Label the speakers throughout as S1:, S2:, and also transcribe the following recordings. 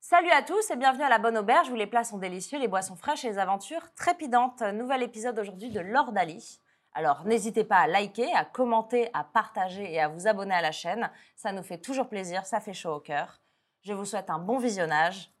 S1: Salut à tous et bienvenue à la Bonne Auberge où les plats sont délicieux, les boissons fraîches et les aventures trépidantes. Nouvel épisode aujourd'hui de Lord Ali. Alors n'hésitez pas à liker, à commenter, à partager et à vous abonner à la chaîne. Ça nous fait toujours plaisir, ça fait chaud au cœur. Je vous souhaite un bon visionnage.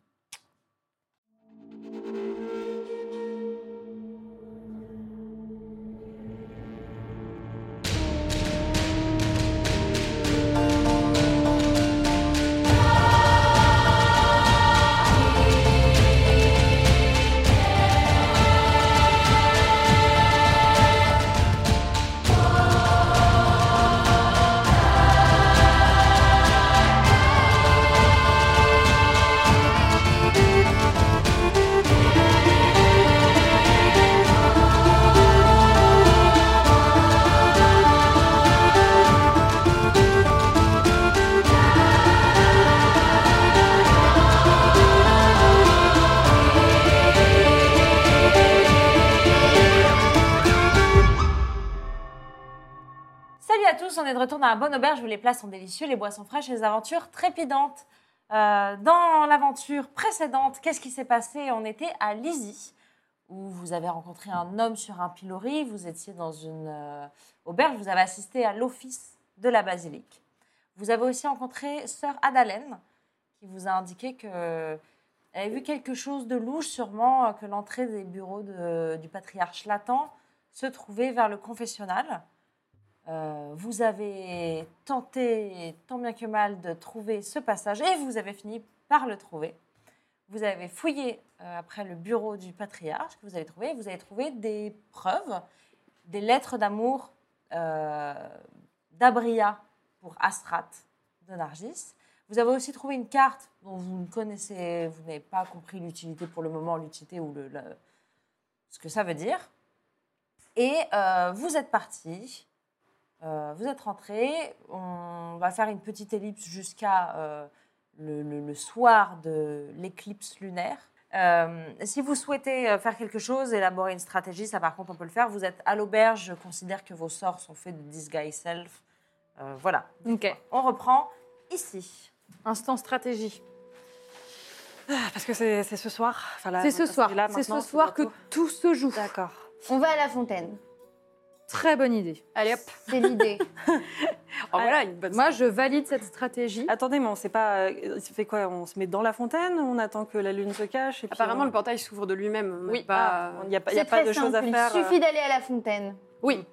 S1: Salut à tous, on est de retour dans la bonne auberge où les plats sont délicieux, les boissons fraîches et les aventures trépidantes. Euh, dans l'aventure précédente, qu'est-ce qui s'est passé On était à Lizy, où vous avez rencontré un homme sur un pilori, vous étiez dans une euh, auberge, vous avez assisté à l'office de la basilique. Vous avez aussi rencontré sœur Adalène, qui vous a indiqué que elle avait vu quelque chose de louche, sûrement euh, que l'entrée des bureaux de- du patriarche Latan se trouvait vers le confessionnal. Euh, vous avez tenté tant bien que mal de trouver ce passage et vous avez fini par le trouver. Vous avez fouillé euh, après le bureau du patriarche que vous avez trouvé. Vous avez trouvé des preuves, des lettres d'amour euh, d'Abria pour Asrat de Nargis. Vous avez aussi trouvé une carte dont vous ne connaissez, vous n'avez pas compris l'utilité pour le moment, l'utilité ou le- le- ce que ça veut dire. Et euh, vous êtes parti. Euh, vous êtes rentré. On va faire une petite ellipse jusqu'à euh, le, le- le soir de l'éclipse lunaire. Euh, si vous souhaitez euh, faire quelque chose, élaborer une stratégie, ça par contre on peut le faire. Vous êtes à l'auberge, je considère que vos sorts sont faits de disguise self. Euh, voilà.
S2: Ok.
S1: On reprend ici.
S2: Instant stratégie.
S3: Ah, Parce que c'est c'est ce soir. Enfin, là,
S2: C'est ce
S3: Bah, parce
S2: soir.
S3: que là,
S2: C'est ce
S3: maintenant,
S2: soir que
S3: bientôt.
S2: tout se joue.
S3: D'accord.
S4: On va à la fontaine.
S2: Très bonne idée.
S3: Allez hop.
S4: C'est l'idée.
S3: Oh, voilà, une bonne.
S2: Moi, je valide cette stratégie.
S3: Attendez, mais on sait pas. euh, Ça fait quoi On se met dans la fontaine On attend que la lune se cache et puis
S5: Apparemment,
S3: on-
S5: le portail s'ouvre de lui-même.
S3: Oui.
S5: Pas...
S3: Il n'y a pas, il y a
S4: C'est
S3: pas
S4: très
S3: de choses
S4: simple.
S3: à faire. euh.
S4: Il suffit d'aller à la fontaine.
S2: Oui.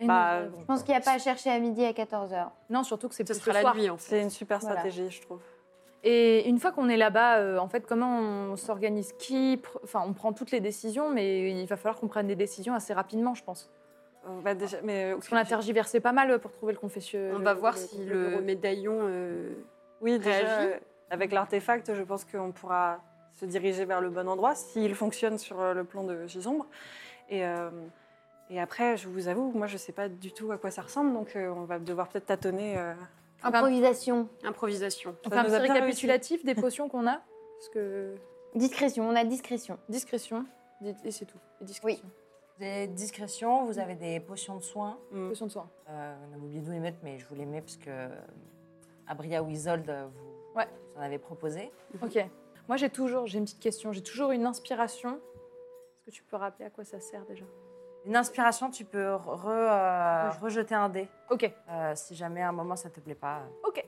S2: Et nous
S3: Bah,
S2: arrivons.
S4: Je pense qu'il n'y a pas à chercher à midi à 14h.
S2: non, surtout que c'est
S5: Ce
S2: plus
S5: sera
S2: ce
S5: la
S2: soir.
S5: nuit, en fait.
S3: C'est une super
S4: Voilà.
S3: stratégie, je trouve.
S2: Et une fois qu'on est là-bas, euh, en fait, comment on s'organise Qui pr- Enfin, on prend toutes les décisions, mais il va falloir qu'on prenne des décisions assez rapidement, je pense.
S3: Euh, bah, déjà, mais,
S2: Parce qu'on a tergiversé pas mal euh, pour trouver le confessieux.
S5: On
S3: euh,
S2: le-
S5: va voir
S2: le-
S5: si
S2: le
S5: le,
S2: bureau.
S5: médaillon. euh,
S3: Oui, déjà,
S5: réagi.
S3: euh, avec l'artefact, je pense qu'on pourra se diriger vers le bon endroit s'il fonctionne sur euh, le plan de Gisombre. Et, euh, et après, je vous avoue, moi, je sais pas du tout à quoi ça ressemble, donc euh, on va devoir peut-être tâtonner. euh,
S2: On fait un-
S4: Improvisation.
S5: Improvisation.
S2: on
S3: Ça
S2: fait un
S3: nous
S2: petit
S3: a bien
S2: récapitulatif des potions qu'on a. Parce que
S4: Discrétion, on a discrétion.
S2: discrétion, dit- et c'est tout. Et discrétion.
S1: Vous avez discrétion, vous avez des potions de soins.
S3: Oui.
S2: Potion de soin.
S1: Euh, on a oublié d'où les mettre, mais je vous les mets parce que euh, Abria ou Isolde, euh, vous,
S2: Ouais.
S1: vous en avez proposé.
S2: Ok. Moi, j'ai toujours, j'ai une petite question. J'ai toujours une inspiration. Est-ce que tu peux rappeler à quoi ça sert déjà
S1: Une inspiration, tu peux re- re- euh, rejeter un dé.
S2: Ok.
S1: Euh, si jamais à un moment ça te plaît pas, euh,
S2: Ok.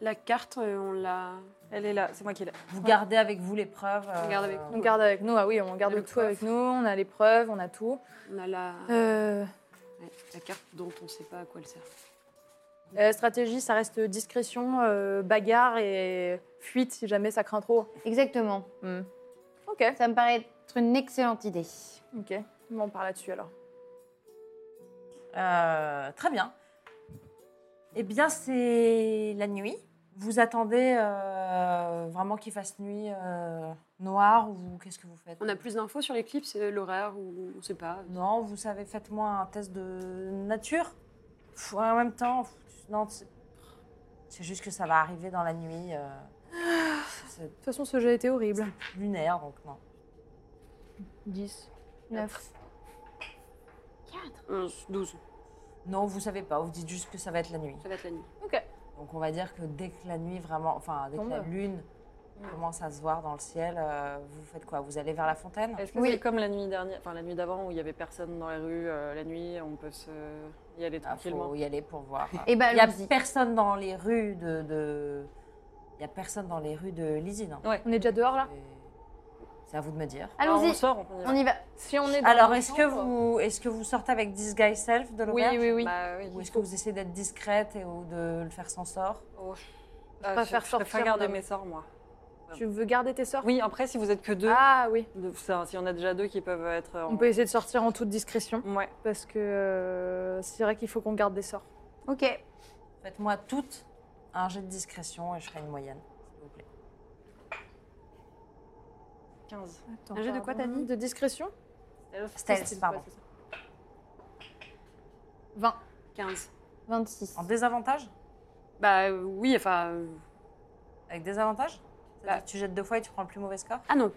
S5: La carte, euh, on l'a.
S3: Elle est là, c'est moi qui l'ai.
S1: vous gardez avec vous euh, les preuves.
S5: On garde avec
S2: On garde avec nous. Ah oui, on garde
S5: Et
S2: le
S5: le
S2: tout
S5: preuve.
S2: avec nous. On a les preuves, on a tout.
S5: On a la,
S2: Euh,
S5: ouais, la carte dont on ne sait pas à quoi elle sert.
S2: euh, stratégie, ça reste discrétion, euh, bagarre et fuite si jamais ça craint trop.
S4: Exactement.
S2: Hmm. Ok.
S4: Ça me paraît être une excellente idée.
S2: Ok. Bon, on part là-dessus alors.
S1: Euh, très bien. Eh bien, c'est la nuit. Vous attendez euh, vraiment qu'il fasse nuit euh, noire ou qu'est-ce que vous faites
S5: On a plus d'infos sur l'éclipse, euh, l'horaire ou on sait pas.
S1: Non, vous savez, faites-moi un test de nature. Pff, en même temps, pff, non, c'est c'est juste que ça va arriver dans la nuit. euh, c'est
S2: toute façon, ce jeu a été horrible.
S1: lunaire, donc non.
S2: 10.
S4: 9.
S5: 11, 12,
S1: Non, vous savez pas. Vous dites juste que ça va être la nuit.
S5: ça va être la nuit.
S1: Donc on va dire que dès que la nuit vraiment, enfin dès que la
S2: Tombe.
S1: lune commence à se voir dans le ciel, euh, vous faites quoi Vous allez vers la fontaine
S3: Est-ce que
S4: Oui.
S3: c'est comme la nuit dernière, enfin la nuit d'avant où il y avait personne dans la rue euh, la nuit, on peut se y aller
S5: Ah,
S1: Il
S3: tranquillement.
S1: Ah, faut y aller pour voir.
S4: Et ben,
S1: Il y a
S4: allons-y.
S1: personne dans les rues de, de... il y a personne dans les rues de Lizzie, non
S2: On est déjà dehors là
S1: Et C'est à vous de me dire.
S3: Ah, on
S4: Allons-y.
S3: sort, on y va.
S4: On y va.
S2: Si on est dans
S1: Alors,
S2: nos
S1: est-ce que
S2: chambres-
S1: vous, est-ce que vous sortez avec Disguise Self de
S2: Oui,
S1: l'auberge
S2: oui, oui.
S5: Bah oui.
S1: Ou est-ce que vous essayez d'être discrète et ou de le faire sans sort
S3: Oh,
S2: préfère
S3: ah, je- je
S2: sortir,
S3: préfère garder
S2: madame.
S3: mes sorts moi.
S2: Tu veux garder tes sorts
S3: Oui, après si vous êtes que deux,
S2: Ah oui.
S3: de- ça, si on a déjà deux qui peuvent être. euh,
S2: On peut essayer de sortir en toute discrétion
S3: Ouais.
S2: parce que euh, c'est vrai qu'il faut qu'on garde des sorts.
S4: Ok.
S1: Faites-moi toutes un jet de discrétion et je ferai une moyenne, s'il vous plaît.
S3: 15.
S2: Attends,
S5: Un jeu de quoi, t'as
S2: pardon.
S5: dit
S2: De discrétion
S1: Stealth, pardon.
S2: 20.
S5: 15.
S4: 26.
S1: En désavantage
S5: Bah euh, oui, enfin. euh,
S1: Avec désavantage C'est-à-dire
S5: Bah.
S1: que tu jettes deux fois et tu prends le plus mauvais score
S5: Ah non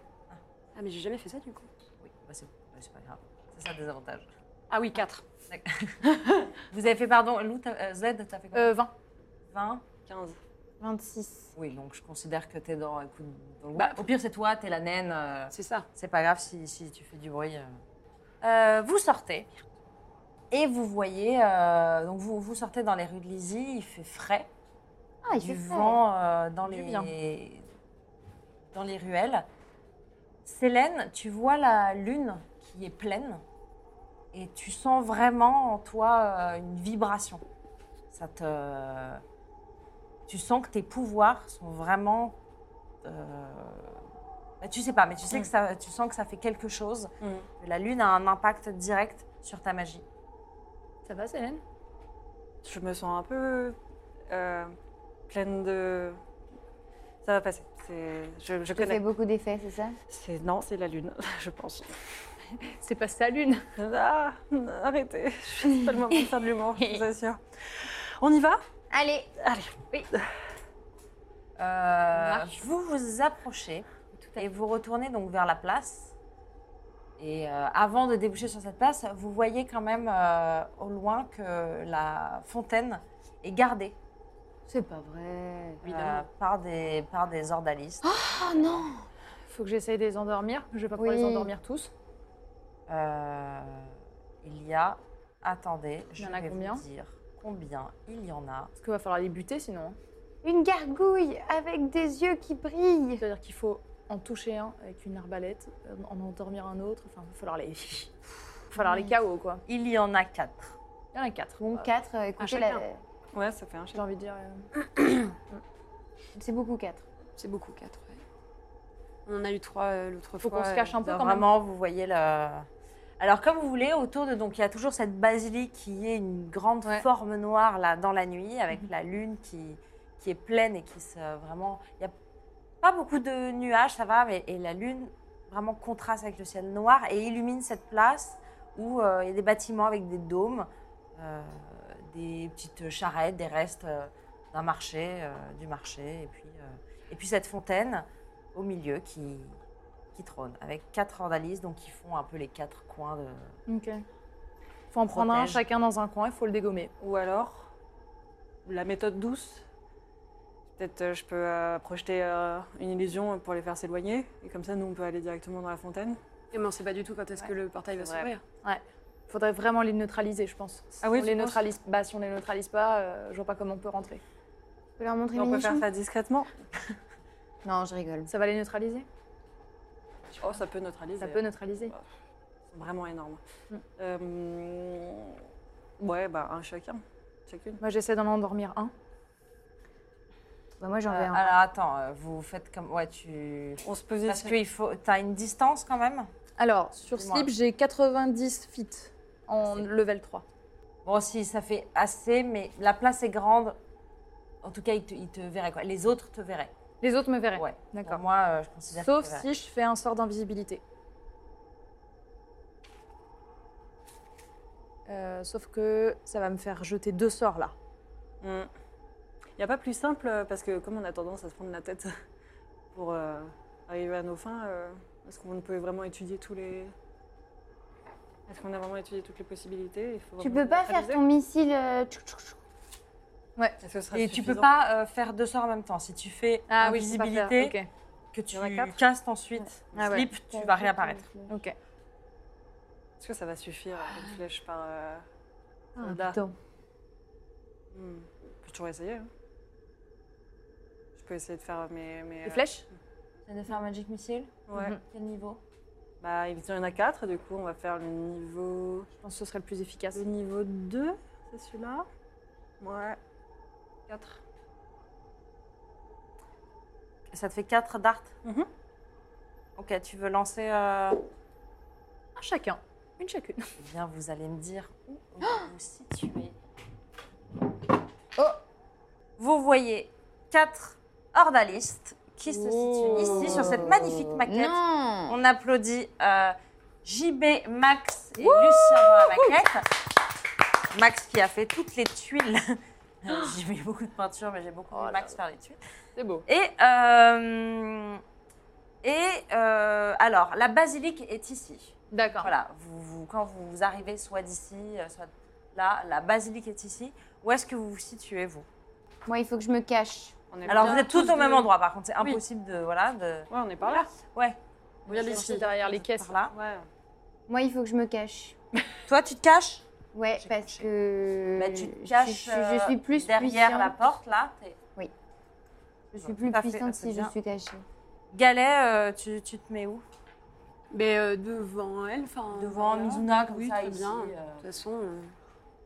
S5: Ah, mais j'ai jamais fait ça du coup.
S1: Oui, bah, c'est bah, c'est pas grave. C'est ça, désavantage.
S5: Ah oui, 4.
S1: Vous avez fait, pardon, Lou, t'as- euh, Z, t'as fait quoi
S2: Euh, 20.
S1: 20
S3: 15.
S4: 26.
S1: Oui, donc je considère que t'es dans, écoute, dans le- bah, au pire, c'est toi, t'es la naine. euh,
S5: C'est ça.
S1: C'est pas grave si, si tu fais du bruit. euh. Euh, vous sortez et vous voyez, euh, donc vous, vous sortez dans les rues de Lizy, il fait frais,
S4: Ah, il
S1: du
S4: fait froid.
S1: vent euh, dans,
S2: Du
S1: les,
S2: bien.
S1: dans les ruelles. Célène, tu vois la lune qui est pleine et tu sens vraiment en toi euh, une vibration. Ça te... Tu sens que tes pouvoirs sont vraiment... euh, bah, tu sais pas, mais tu sais que ça, tu sens que ça fait quelque chose.
S3: Mm.
S1: que La lune a un impact direct sur ta magie.
S2: Ça va, Célène
S3: Je me sens un peu euh, pleine de. Ça va passer. C'est- Je, je
S4: Ça fait
S3: connais.
S4: beaucoup d'effets, c'est ça
S3: C'est- Non, c'est la lune, je pense.
S2: C'est pas sa lune.
S3: Ah, arrêtez. C'est pas le moment de faire de l'humour, je vous assure. On y va
S4: Allez.
S1: Euh, vous vous approchez et vous retournez donc vers la place. Et euh, avant de déboucher sur cette place, vous voyez quand même euh, au loin que la fontaine est gardée
S4: C'est pas vrai.
S1: euh, par des par des ordalistes.
S2: Ah
S4: Oh non
S2: Faut que j'essaye de les endormir. Je vais pas pouvoir
S4: Oui.
S2: les endormir tous.
S1: Euh, il y a, attendez, je
S2: y en a
S1: vais
S2: combien
S1: vous dire combien il y en a.
S2: Parce qu'il va falloir les buter sinon. hein.
S4: Une gargouille avec des yeux qui brillent.
S2: C'est-à-dire qu'il faut en toucher un avec une arbalète, euh, en endormir un autre. Enfin, il va falloir les. Il va falloir les KO quoi.
S1: Il y en a quatre.
S2: Il y en a 4.
S4: Bon, 4, euh,
S3: Ah,
S4: écoutez, la-
S5: chacun.
S3: Ouais, ça fait un
S2: J'ai
S3: chien.
S2: envie de dire. euh,
S4: c'est beaucoup 4.
S5: C'est beaucoup, 4. Ouais. On en a eu 3 l'autre
S2: Faut
S5: fois. euh,
S2: qu'on se cache un peu
S1: Bah,
S2: quand même.
S1: vraiment, vous voyez le. Alors comme vous voulez, autour de donc il y a toujours cette basilique qui est une grande
S5: Ouais.
S1: forme noire là dans la nuit avec
S2: Mhm.
S1: la lune qui qui est pleine et qui se vraiment il y a pas beaucoup de nuages ça va mais et la lune vraiment contraste avec le ciel noir et illumine cette place où euh, il y a des bâtiments avec des dômes, euh, des petites charrettes, des restes euh, d'un marché, euh, du marché et puis euh, et puis cette fontaine au milieu qui qui trône, avec quatre ordalises, donc qui font un peu les quatre coins de...
S2: Ok. Faut en prendre un
S1: Protège.
S2: chacun dans un coin. Il faut le dégommer.
S3: Ou alors, la méthode douce. Peut-être euh, je peux euh, projeter euh, une illusion pour les faire s'éloigner. Et comme ça, nous, on peut aller directement dans la fontaine.
S5: Et mais on sait pas du tout quand est-ce que le portail va
S1: c'est vrai.
S5: s'ouvrir.
S2: Faudrait vraiment les neutraliser, je pense. Si
S3: Ah oui,
S2: on
S3: tu
S2: les
S3: penses
S2: neutralise, bah, si on les neutralise pas, euh, je vois pas comment on peut rentrer.
S4: Je peux leur montrer
S3: Et on
S4: mes
S3: peut faire
S4: nichons
S3: ça discrètement.
S4: Non, je rigole.
S2: Ça va les neutraliser
S3: Oh, ça peut neutraliser.
S2: Ça peut neutraliser.
S3: C'est vraiment énorme.
S2: Mm.
S3: Euh, ouais, bah, un chacun. Chacune.
S2: Moi, j'essaie d'en endormir un.
S4: Bah, moi, j'en
S1: Euh,
S4: vais un.
S1: alors attends, euh, vous faites comme... Ouais, tu...
S3: On
S1: Parce
S3: se positionne.
S1: que il faut... t'as une distance quand même
S2: Alors, sur
S1: Dis-moi.
S2: Slip, j'ai 90 feet en level 3.
S1: Bon, si, ça fait assez, mais la place est grande. En tout cas, ils te, ils te verraient, quoi. Les autres te verraient.
S2: Les autres me verraient.
S1: Ouais.
S2: D'accord.
S1: Pour moi, euh, je considère qu'ils
S2: Sauf
S1: te verraient.
S2: si je fais un sort d'invisibilité. Euh, sauf que ça va me faire jeter deux sorts là.
S3: Il n'y Mm. a pas plus simple, euh, parce que comme on a tendance à se prendre la tête pour euh, arriver à nos fins, euh, est-ce qu'on peut vraiment étudier tous les... Est-ce qu'on a vraiment étudié toutes les possibilités Il faut
S4: Tu
S3: vraiment
S4: peux pas faire
S3: neutraliser.
S4: ton missile. euh, tchou, tchou, tchou.
S3: Est-ce que ce sera
S1: Et tu peux
S3: suffisant
S1: pas euh, faire deux sorts en même temps. Si tu fais
S2: Ah,
S1: invisibilité, que tu
S3: Il y en a quatre.
S1: castes ensuite,
S2: Ah ouais.
S1: slip, tu vas réapparaître.
S2: Ok. Ok.
S3: Est-ce que ça va suffire une flèche par... euh,
S2: Ah,
S3: soldat
S2: putain.
S3: Hmm. On peut toujours essayer. hein. Je peux essayer de faire mes... mes
S2: Les
S3: euh,
S2: flèches
S1: Tu viens de faire Magic Missile
S3: Ouais.
S2: Mhm.
S1: Quel niveau
S3: Bah, il y en a quatre, du coup, on va faire le niveau...
S2: Je pense que ce serait le plus efficace.
S3: Le niveau 2, c'est celui-là Ouais. 4.
S1: Ça te fait 4 darts
S3: Mhm.
S1: Ok, tu veux lancer. euh,
S2: Un chacun. Une chacune.
S1: Eh bien, vous allez me dire où vous vous situez.
S2: Oh
S1: Vous voyez 4 ordalistes qui se situent
S2: Oh.
S1: ici sur cette magnifique maquette.
S5: Non
S1: On applaudit euh, JB, Max et Lucien dans la maquette. Max qui a fait toutes les tuiles.
S2: Oh.
S1: j'ai vu beaucoup de peinture, mais j'ai beaucoup vu Max faire les tuiles.
S2: C'est beau.
S1: Et, euh, et euh, alors, la basilique est ici.
S2: D'accord.
S1: Voilà, vous, vous- quand vous arrivez, soit d'ici, euh, soit là, la basilique est ici. Où est-ce que vous vous situez, vous
S4: Moi, il faut que je me cache.
S3: On est
S1: Alors,
S3: bien
S1: vous êtes Eh tous
S3: tous
S1: au même
S3: de-
S1: endroit, par contre, c'est impossible de. Voilà, de.
S3: Ouais, on est par là.
S1: Ouais.
S2: On vient d'ici, derrière les caisses.
S1: Par là.
S3: Ouais.
S4: Moi, il faut que je me cache.
S1: Toi, tu te caches
S4: Ouais,
S1: J'ai
S4: parce
S1: couché.
S4: que.
S1: Bah, tu
S4: Euh, je-
S1: te
S4: je-
S1: caches
S4: Je, je suis
S1: euh,
S4: plus
S1: derrière la
S4: puissante.
S1: porte, là. t'es-
S4: Je suis plus
S1: Tout à fait,
S4: puissante
S1: c'est
S4: si je
S1: bien.
S4: suis cachée.
S1: Galet, euh, tu, tu te mets où
S5: Mais euh, devant elle, enfin.
S1: Devant
S5: voilà.
S1: Mizuna, comme
S5: oui,
S1: ça,
S5: très
S1: ici,
S5: bien.
S1: euh.
S5: De toute façon,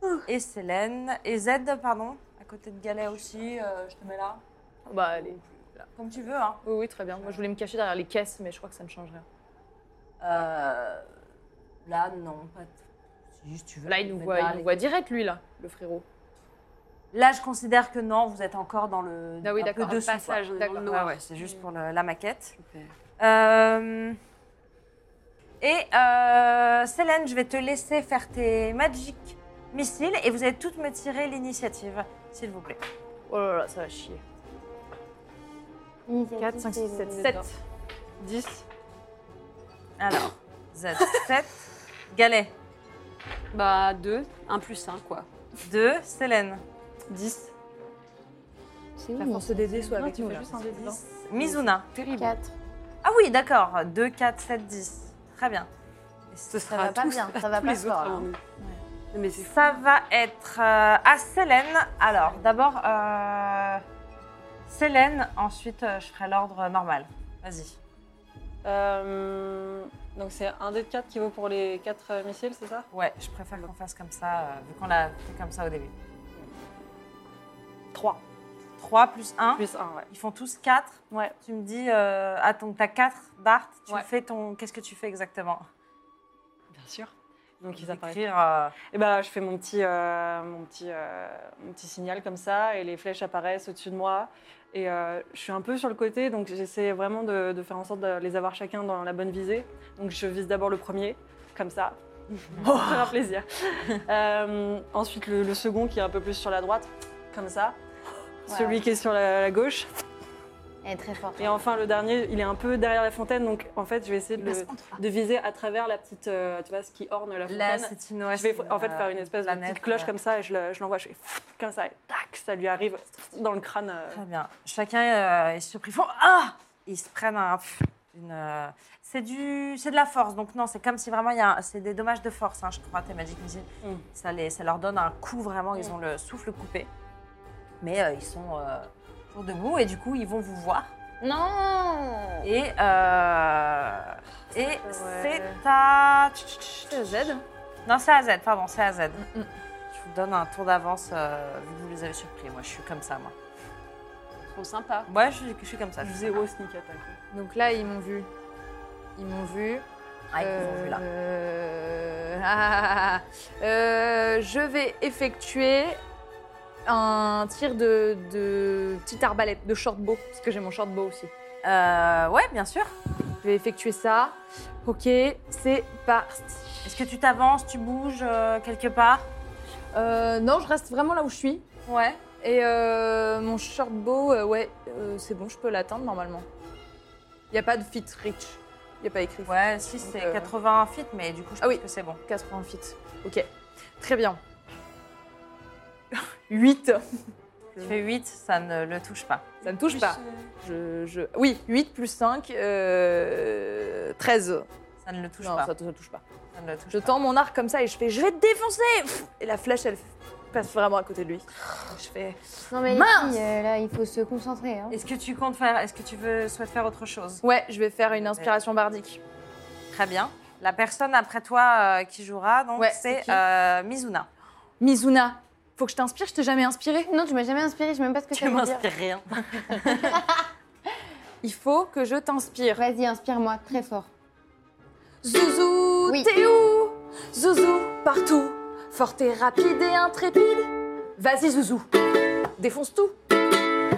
S5: euh,
S1: Et Célène. Et Z, pardon, à côté de Galet aussi. euh, je te mets là.
S2: Bah, allez.
S1: Comme tu veux, hein.
S2: Oui, oui, très bien. Moi, je voulais me cacher derrière les caisses, mais je crois que ça ne change rien.
S1: Euh, là, non, pas tout. Si tu veux.
S2: Là, Bah, il nous
S1: mais
S2: voit, il
S1: là,
S2: nous voit direct, lui, là, le frérot.
S1: Là, je considère que non, vous êtes encore dans le
S2: Ah oui,
S1: un peu
S2: d'accord.
S1: dessous.
S5: un passage,
S1: quoi.
S5: on est
S2: D'accord.
S5: dans le
S1: Ouais,
S5: noir.
S1: ouais, c'est juste pour le- la maquette.
S5: Super.
S1: Euh, Et euh, Célène, je vais te laisser faire tes magic missiles et vous allez toutes me tirer l'initiative, s'il vous plaît.
S2: Oh là là, ça va chier. 4, 5, 6, 7, 7. 10.
S1: Alors, Z7, Galet,
S5: Bah, 2, 1 plus 1, quoi.
S1: 2, Célène,
S5: 10.
S4: C'est
S2: La
S4: où
S2: force des dés soit
S3: Non,
S2: avec
S3: tu
S2: nous,
S3: fais
S2: là.
S3: juste un des dix.
S1: Mizuna.
S4: 4.
S1: Ah oui, d'accord, 2, 4, 7, 10. Très bien. Et
S5: Ce
S1: ça
S5: sera
S1: va pas
S5: tous-
S1: bien.
S4: ça va
S5: tous
S4: pas
S5: les autres
S4: fort,
S5: avant nous. Non, mais c'est fou.
S1: Ça va être euh, à Célène. Alors, d'abord, euh, Célène, ensuite, euh, je ferai l'ordre normal. Vas-y.
S3: Euh, donc, c'est un dé de 4 qui vaut pour les 4 missiles, c'est ça
S1: Ouais, je préfère qu'on fasse comme ça, euh, vu qu'on l'a fait comme ça au début.
S3: 3.
S1: 3 plus 1.
S3: Plus 1, ouais.
S1: Ils font tous 4.
S3: Ouais.
S1: Tu me dis, euh, attends, t'as 4 d'art. Tu
S3: Ouais.
S1: fais ton. Qu'est-ce que tu fais exactement
S3: Bien sûr. Donc, ils apparaissent.
S1: Écrire. euh,
S3: Et bah, je fais mon petit, euh, mon, petit, euh, mon petit signal comme ça, et les flèches apparaissent au-dessus de moi. Et euh, je suis un peu sur le côté, donc j'essaie vraiment de, de faire en sorte de les avoir chacun dans la bonne visée. Donc je vise d'abord le premier, comme ça. pour faire un plaisir. Euh, ensuite, le, le second qui est un peu plus sur la droite, comme ça. Celui qui est sur la, la gauche.
S4: Elle est très forte. hein.
S3: Et enfin, le dernier, il est un peu derrière la fontaine, donc en fait, je vais essayer de,
S4: Bah,
S3: le- de viser à travers la petite, euh, tu vois, ce qui orne la fontaine.
S1: Là, c'est une. ouais,
S3: Je vais
S1: c'est
S3: en fait
S1: euh,
S3: faire une espèce de
S1: planète,
S3: petite cloche
S1: euh,
S3: comme ça et je le- je l'envoie, je, fais comme ça et tac, ça lui arrive dans le crâne. euh.
S1: Très bien. Chacun euh, est surpris. Ils font Ah Ils se prennent un. pff, une, euh, c'est du, c'est de la force. Donc non, c'est comme si vraiment il y a, un- c'est des dommages de force. hein, je crois tes Magic Missiles.
S3: Mm.
S1: Ça les, ça leur donne un coup vraiment. Ils ont le souffle coupé. Mais euh, ils sont euh, toujours debout et du coup ils vont vous voir.
S2: Non
S1: Et euh, et c'est à Mm, tch, tch, tch, tch.
S2: Z.
S1: Non, c'est à Z. Pardon, c'est à Z. Je vous donne un tour d'avance euh, vu que vous les avez surpris. Moi, je suis comme ça, moi.
S5: Ils sont sympas.
S1: Moi, je, je suis comme ça. je suis
S3: Zéro sneak attack.
S2: Donc là, ils m'ont vu. Ils m'ont vu.
S6: Ah, ils ont vu là.
S2: Euh, ah, ah, ah. Euh, je vais effectuer un tir de, de petite arbalète, de shortbow, parce que j'ai mon shortbow aussi.
S6: Euh, ouais, bien sûr.
S2: Je vais effectuer ça. Ok, c'est parti.
S1: Est-ce que tu t'avances, tu bouges euh, quelque part
S2: Euh, non, je reste vraiment là où je suis.
S1: Ouais.
S2: Et euh, mon shortbow, euh, ouais, euh, c'est bon, je peux l'atteindre normalement. Il n'y a pas de fit reach. Il n'y a pas écrit. fit.
S1: Ouais, si, c'est
S2: Donc, euh,
S1: 80 feet, mais du coup, je
S2: Ah
S1: pense
S2: oui.
S1: que c'est bon.
S2: 80 feet. Ok. Très bien. 8.
S1: Tu fais 8, ça ne le touche pas.
S2: Ça ne touche pas. Je, je... Oui, 8 plus 5, euh... 13.
S1: Ça ne le touche
S2: non,
S1: pas.
S2: ça ne touche pas.
S1: Ça ne le touche
S2: Je
S1: pas.
S2: tends mon arc comme ça et je fais Je vais te défoncer Pff Et la flèche, elle passe vraiment à côté de lui. Je fais
S4: Non mais les
S2: Mince
S4: filles, euh, là, il faut se concentrer. hein.
S1: Est-ce que tu comptes faire Est-ce que tu veux souhaites faire autre chose
S2: Ouais, je vais faire une inspiration bardique.
S1: Très bien. La personne après toi euh, qui jouera, donc
S2: Ouais, c'est
S1: c'est
S2: qui
S1: euh, Mizuna.
S2: Mizuna, faut que je t'inspire, je t'ai jamais inspiré.
S4: Non, tu m'as jamais inspirée, je sais même pas ce que ça
S1: Tu
S4: veut dire.
S1: m'inspires rien.
S2: Il faut que je t'inspire.
S4: Vas-y, inspire-moi très fort.
S2: Zouzou,
S4: Oui.
S2: t'es où Zouzou, partout. Forte et rapide et intrépide. Vas-y, Zouzou. Défonce tout.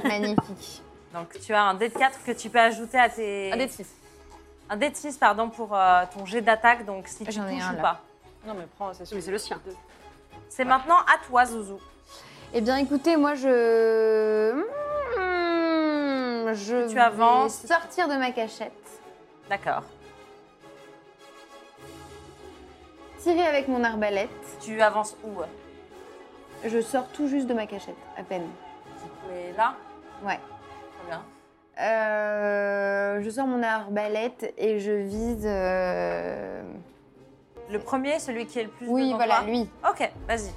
S4: Magnifique.
S1: Donc tu as un dé de 4 que tu peux ajouter à tes.
S2: Un dé de 6.
S1: un dé de 6, pardon, pour euh, ton jet d'attaque, donc si tu
S4: J'en ai
S1: touches
S4: un,
S1: ou
S4: là.
S1: pas.
S3: Non, mais prends, c'est sûr.
S5: Mais c'est le sien.
S1: C'est maintenant à toi, Zouzou.
S4: Eh bien, écoutez, moi, je... Hmm, Je
S1: Tu avances.
S4: vais sortir de ma cachette,
S1: D'accord.
S4: tirer avec mon arbalète.
S1: Tu avances où euh
S4: Je sors tout juste de ma cachette, à peine.
S1: Mais là
S4: Ouais.
S1: Très bien.
S4: Euh, je sors mon arbalète et je vise... euh,
S1: Le premier, celui qui est le plus
S4: Oui,
S1: devant
S4: voilà,
S1: toi
S4: lui,
S1: Ok, vas-y.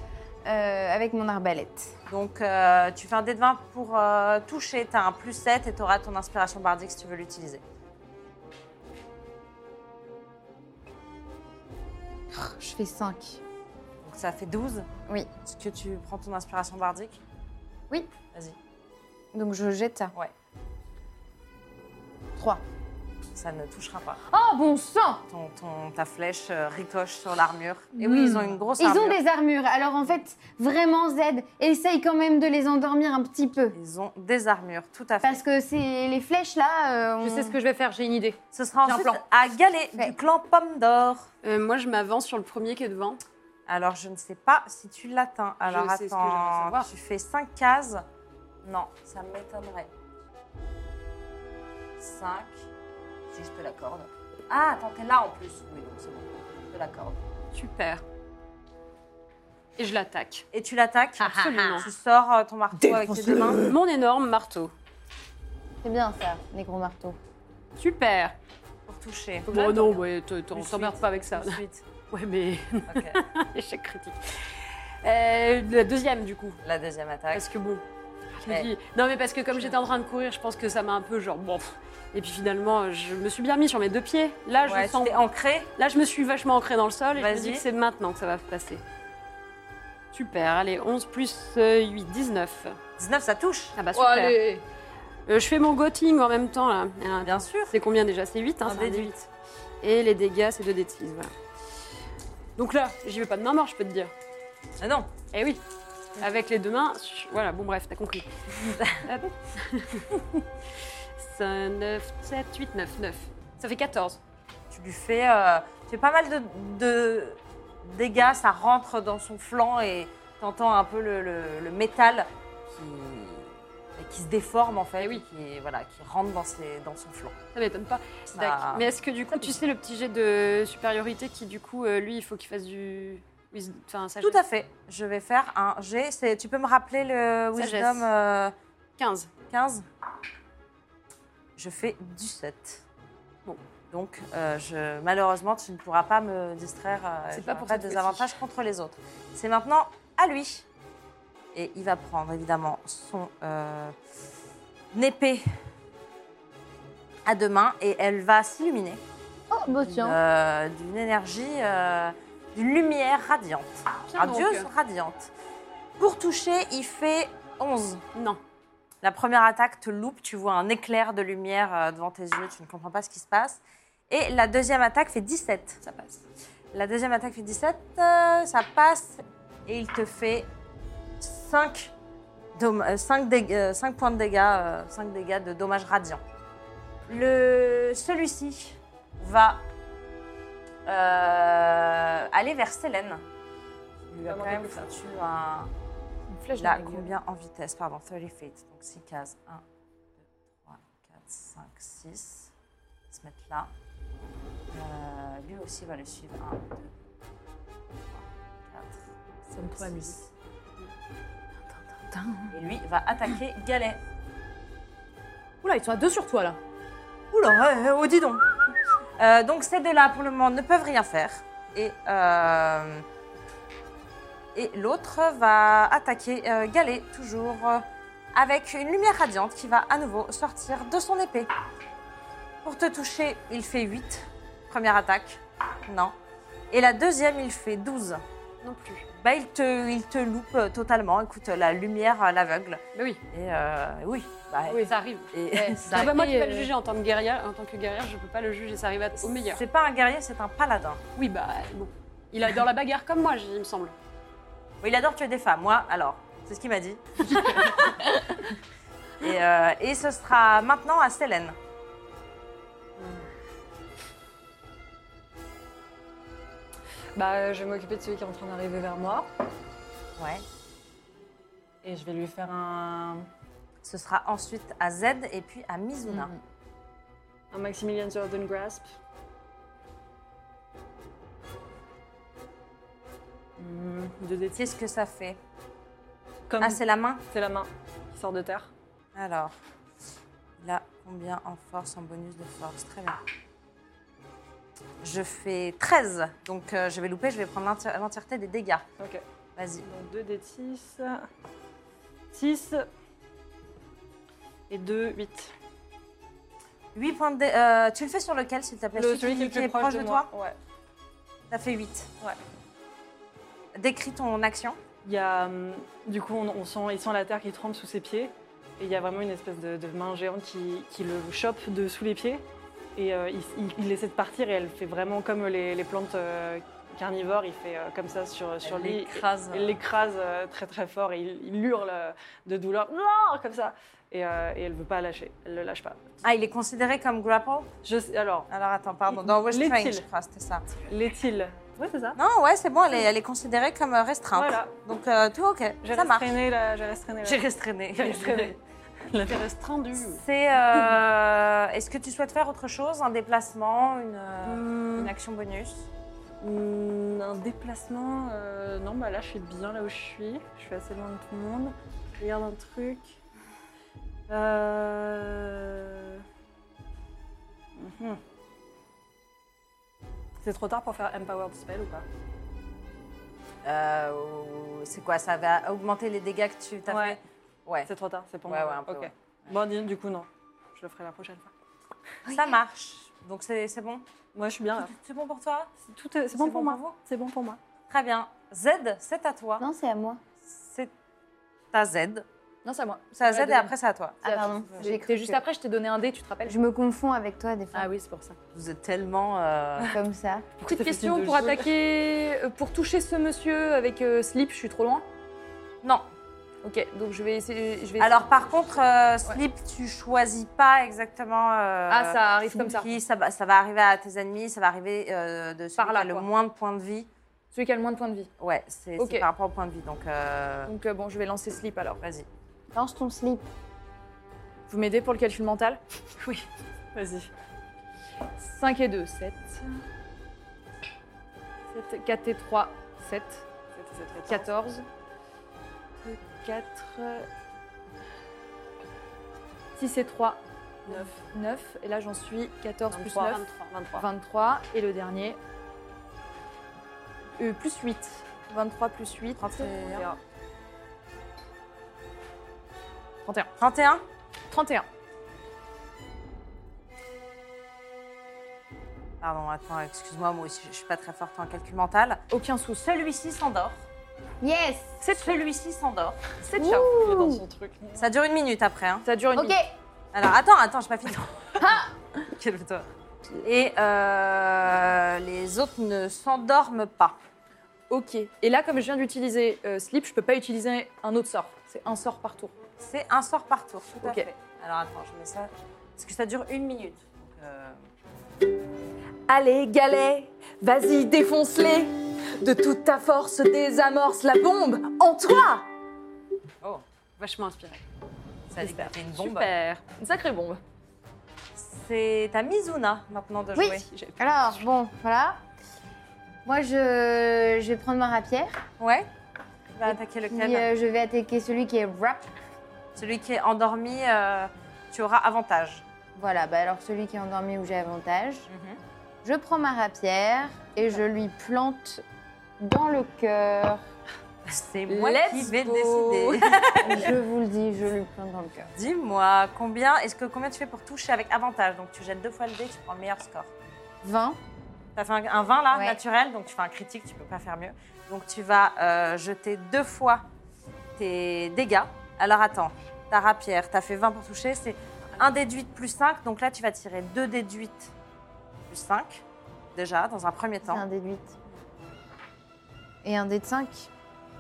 S4: euh, avec mon arbalète.
S1: Donc, euh, tu fais un dé de 20 pour euh, toucher. Tu as un plus 7 et tu auras ton inspiration bardique si tu veux l'utiliser.
S4: Je fais 5.
S1: Donc, ça fait 12.
S4: Oui.
S1: Est-ce que tu prends ton inspiration bardique
S4: Oui.
S1: Vas-y.
S4: Donc je jette ça.
S1: Ouais.
S4: 3.
S1: Ça ne touchera pas.
S4: Oh bon sang
S1: Ton, ton- ta flèche euh, ricoche sur l'armure. Et oui, ils ont une grosse
S4: Ils
S1: armure.
S4: ont des armures, alors en fait, vraiment Z, essaye quand même de les endormir un petit peu.
S1: Ils ont des armures, tout à fait.
S4: Parce que c'est les flèches là. euh,
S2: Je
S4: on-
S2: sais ce que je vais faire, j'ai une idée.
S1: Ce sera
S2: J'ai un
S1: ensuite
S2: plan.
S1: à Galet,
S4: Ouais.
S1: du clan Pomme d'Or.
S5: Euh, moi, je m'avance sur le premier qui est devant.
S1: Alors, je ne sais pas si tu l'atteins. Alors,
S5: sais ce que j'aimerais
S1: attends,
S5: savoir.
S1: tu fais 5 cases. Non, ça m'étonnerait. 5. Si je te l'accorde. Ah, attends, t'es là en plus. Oui, donc c'est bon. Je te l'accorde.
S5: Super. Et je l'attaque.
S1: Et tu l'attaques
S5: Ah, Absolument.
S1: Tu sors euh, ton marteau avec tes deux mains.
S5: Mon énorme marteau.
S4: C'est bien ça, les gros marteaux.
S5: Super.
S1: pour toucher.
S5: Bon, non, ouais, t- t-
S1: Tout
S5: on
S1: de
S5: s'emmerde
S1: suite.
S5: pas avec ça.
S1: Tout de suite.
S5: Ouais, mais
S1: Ok.
S5: échec critique. Euh, la deuxième, du coup.
S1: La deuxième attaque.
S5: Parce que bon, je me
S1: Ouais.
S5: dis. Non, mais parce que comme j'étais en train de courir, je pense que ça m'a un peu genre. Bon. pff. Et puis finalement, je me suis bien mis sur mes deux pieds. Là,
S1: Ouais,
S5: je sens.
S1: tu t'es ancré.
S5: Là, je me suis vachement ancrée dans le sol et je me
S1: Vas-y.
S5: dis que c'est maintenant que ça va passer. Super, allez, 11 plus euh, 8, 19.
S1: 19, ça touche.
S5: Ah bah super. Euh, je fais mon gotting en même temps là. Et un-
S1: Bien sûr.
S5: C'est combien déjà C'est 8, hein,
S1: Un
S5: c'est un
S1: dé de
S5: dé huit. Et les dégâts, c'est 2 d 6, voilà. Donc là, j'y vais pas de main morte, je peux te dire.
S1: Ah non.
S5: Eh oui Avec les deux mains, chut, voilà, bon bref, t'as compris. 9, 7, 8, 9, 9. Ça fait 14.
S1: Tu lui fais, euh, tu fais pas mal de, de dégâts, ça rentre dans son flanc et t'entends un peu le, le- le métal qui, et qui se déforme en fait,
S5: Eh oui.
S1: qui, voilà, qui rentre dans, ses- dans son flanc.
S5: Ça m'étonne pas.
S1: Ça-
S5: Tac. Mais est-ce que du coup, tu sais le petit jet de supériorité qui, du coup, euh, lui, il faut qu'il fasse du. wis- Enfin,
S1: Tout à fait. Je vais faire un G. C'est- Tu peux me rappeler le
S5: Sagesse.
S1: Wisdom euh,
S5: 15.
S1: 15 Je fais du 7.
S5: Bon.
S1: Donc, euh, je, malheureusement, tu ne pourras pas me distraire. euh,
S5: C'est
S1: je
S5: pas
S1: n'aurai
S5: pour
S1: pas
S5: cette
S1: des
S5: fois-ci.
S1: avantages contre les autres. C'est maintenant à lui. Et il va prendre évidemment son euh, épée à deux mains et elle va s'illuminer
S4: Oh, bon
S1: d'une,
S4: tiens.
S1: euh, d'une énergie, euh, d'une lumière radiante, radieuse radiante. Pour toucher, il fait 11.
S5: Non.
S1: La première attaque te loupe, tu vois un éclair de lumière euh, devant tes yeux, tu ne comprends pas ce qui se passe. Et la deuxième attaque fait 17. Ça passe. La deuxième attaque fait 17, euh, ça passe. Et il te fait euh, 5, points de dégâts, 5 dégâts de dommages radiants. Le, celui-ci va euh, aller vers Célène. Il lui a quand même foutu un...
S2: Une flèche
S1: Là,
S2: dans la gueule.
S1: combien en vitesse Pardon, 30 feet. Donc 6 cases. 1, 2, 3, 4, 5, 6. On va se mettre là. Euh, lui aussi va le suivre. 1, 2, 3, 4. Ça me trouve Et lui va attaquer Galet.
S5: Oula, ils sont à deux sur toi là.
S1: Oula, euh, oh, dis donc. Euh, donc ces deux-là, pour le moment, ne peuvent rien faire. Et, euh, et l'autre va attaquer euh, Galet, toujours euh, avec une lumière radiante qui va à nouveau sortir de son épée. Pour te toucher, il fait 8. Première attaque, non. Et la deuxième, il fait 12.
S5: Non plus.
S1: Bah, il, te, il te loupe euh, totalement. Écoute, la lumière euh, l'aveugle.
S5: Mais Bah oui,
S1: Et euh, oui, bah,
S5: oui, ça arrive.
S1: et-
S5: Ouais.
S1: ça-
S5: Ah bah, moi, je
S2: et,
S5: peux pas le
S2: euh,
S5: juger en tant que guerrière. En tant que guerrière, je peux pas le juger. Ça arrive à- au meilleur.
S1: c'est pas un guerrier, c'est un paladin.
S5: Oui, bah bon. Il adore la bagarre comme moi, j- il me semble.
S1: Oui, il adore tuer des femmes. Moi, alors, c'est ce qu'il m'a dit. et, euh, et ce sera maintenant à Célène.
S3: Bah, euh, je vais m'occuper de celui qui est en train d'arriver vers moi.
S1: Ouais.
S3: Et je vais lui faire un,
S1: Ce sera ensuite à Z et puis à
S3: Mm,
S1: Mizuna.
S3: un Maximilian's Earthen Grasp. Hmm, deux dés de six.
S1: Qu'est-ce que ça fait
S3: Comme
S1: Ah, c'est la main
S3: c'est la main qui sort de terre.
S1: Alors, il a combien en force, en bonus de force Très bien. Je fais 13, donc euh, je vais louper, je vais prendre l'enti- l'entièreté des dégâts.
S3: Ok.
S1: Vas-y.
S3: Donc 2 dés de 6. 6. Et 2, 8.
S1: 8 points de dé- euh, tu le fais sur lequel, s'il te plaît toi
S3: Ouais.
S1: Ça fait 8.
S3: Ouais.
S1: Décris ton action.
S3: Il y a, hum, du coup, on, on sent, il sent la terre qui tremble sous ses pieds. Et il y a vraiment une espèce de, de main géante qui, qui le chope de sous les pieds. Et euh, il, il- il essaie de partir et elle fait vraiment comme les, les plantes euh, carnivores. Il fait euh, comme ça sur, sur lui.
S1: l'écrase.
S3: Il l'écrase euh, très très fort et il, il hurle euh, de douleur. Non Comme ça. Et, euh, et elle veut pas lâcher. Elle le lâche pas.
S1: Ah, il est considéré comme grapple
S3: Je sais- alors,
S1: Alors attends, pardon. Dans West
S3: L'est-il
S1: Strange, je crois, c'était ça.
S3: l'est-il Ouais, c'est ça.
S1: Non, ouais, c'est bon, elle est, elle est considérée comme euh, restreinte.
S3: Voilà.
S1: Donc euh, tout ok,
S3: Je
S1: ça
S3: laisse
S1: marche.
S3: traîner la, je laisse traîner la-
S1: J'ai restreint.
S3: je laisse traîner. La terre.
S5: Restreint
S1: C'est. euh, Est-ce que tu souhaites faire autre chose Un déplacement Une, euh, une action bonus
S3: Hmm, un déplacement. euh, non, bah là, je suis bien là où je suis. Je suis assez loin de tout le monde. Je regarde un truc. Euh, mhm. C'est trop tard pour faire Empowered Spell ou pas
S1: Euh, C'est quoi Ça va augmenter les dégâts que tu t'as
S3: Ouais.
S1: fait Ouais.
S3: C'est trop tard, c'est pour
S1: Ouais,
S3: moi.
S1: ouais, un peu,
S3: Ok.
S1: ouais.
S3: Bon, dis- du coup, non. Je le ferai la prochaine fois.
S1: Ça marche. Donc c'est c'est bon
S3: Moi, je suis bien là.
S1: C'est bon pour toi
S3: C'est tout est- c'est bon, pour moi. C'est bon pour moi.
S1: Très bien. Z, c'est à toi.
S4: Non, c'est à moi.
S1: C'est à Z.
S2: Non, c'est à moi.
S1: C'est à Z
S2: Ouais,
S1: et après c'est à toi.
S4: Ah, pardon. J'ai cru
S2: C'était juste
S4: que-
S2: après, je t'ai donné un dé, tu te rappelles
S4: Je me confonds avec toi des fois.
S2: Ah oui, c'est pour ça.
S1: Vous êtes tellement. euh,
S4: Comme ça.
S2: Petite
S3: t'as fait
S2: question
S3: une
S2: pour
S3: jaune
S2: attaquer, euh, pour toucher ce monsieur avec euh, slip, je suis trop loin.
S1: Non.
S2: Ok, donc je vais essayer. Je vais
S1: Alors par contre, euh, Slip, tu choisis pas exactement. euh,
S2: ah, ça arrive comme ça.
S1: Qui, ça, va, ça va arriver à tes ennemis, ça va arriver euh, de celui
S2: Par là,
S1: qui a
S2: quoi.
S1: le moins de points de vie.
S2: Celui qui a le moins de points de vie.
S1: Ouais, c'est c'est
S2: Ok.
S1: par rapport au point de vie. Donc, euh,
S2: Donc euh, bon, je vais lancer slip alors.
S1: vas-y.
S4: Lance ton slip.
S2: Vous m'aidez pour le calcul mental
S3: Vas-y.
S2: 5 et 2, 7. 7 4 et 3, 7. 14. 4. 6 et 3,
S3: 9.
S2: 9. Et là, j'en suis 14 plus
S3: 23.
S2: 9.
S3: 23.
S2: 23 et le dernier euh, plus 8. 23 plus 8.
S1: 31.
S2: 31.
S1: 31
S2: 31.
S1: Pardon, attends, excuse-moi, moi aussi, je suis pas très forte en calcul mental.
S2: Aucun souci.
S1: Celui-ci s'endort.
S4: Yes
S1: Celui-ci s'endort.
S2: C'est ciao.
S3: Il est dans son truc.
S1: Ça dure une minute après. hein.
S2: Ça dure une
S4: Ok
S2: minute.
S1: Alors, attends, attends, j'ai pas fini. Calme-toi. Et euh, les autres ne s'endorment pas.
S7: Ok. Et là, comme je viens d'utiliser euh, Sleep, je peux pas utiliser un autre sort. C'est un sort par tour.
S1: C'est un sort par tour, tout
S7: Ok.
S1: à fait. Alors attends, je mets ça. Parce que ça dure une minute. Donc, euh,
S7: Allez, galet, vas-y, défonce-les. De toute ta force, désamorce la bombe en toi.
S5: Vachement inspiré.
S1: ça a déclenché une bombe.
S7: Super. Une sacrée bombe.
S1: C'est à Mizuna maintenant de
S4: Oui.
S1: jouer.
S4: Alors, bon, voilà. Moi, je, je vais prendre ma rapière.
S1: Ouais. Tu vas attaquer lequel
S4: Puis, euh, je vais attaquer celui qui est wrap.
S1: Celui qui est endormi, euh, tu auras avantage.
S4: Voilà, bah alors celui qui est endormi où j'ai avantage.
S1: Mhm.
S4: Je prends ma rapière et je lui plante dans le cœur.
S1: C'est moi
S7: Let's
S1: qui vais
S7: go.
S1: décider.
S4: je vous le dis, je lui plante dans le cœur.
S1: Dis-moi, combien est-ce que combien tu fais pour toucher avec avantage Donc tu jettes deux fois le dé, tu prends le meilleur score.
S4: 20.
S1: T'as fait un, un 20 là,
S4: Ouais.
S1: naturel, donc tu fais un critique, tu peux pas faire mieux. Donc tu vas euh, jeter deux fois tes dégâts. Alors attends, ta rapière, t'as fait 20 pour toucher, c'est un déduit plus 5, donc là tu vas tirer deux déduites plus 5, déjà, dans un premier
S4: C'est
S1: temps.
S4: un dé de 8. Et un dé de 5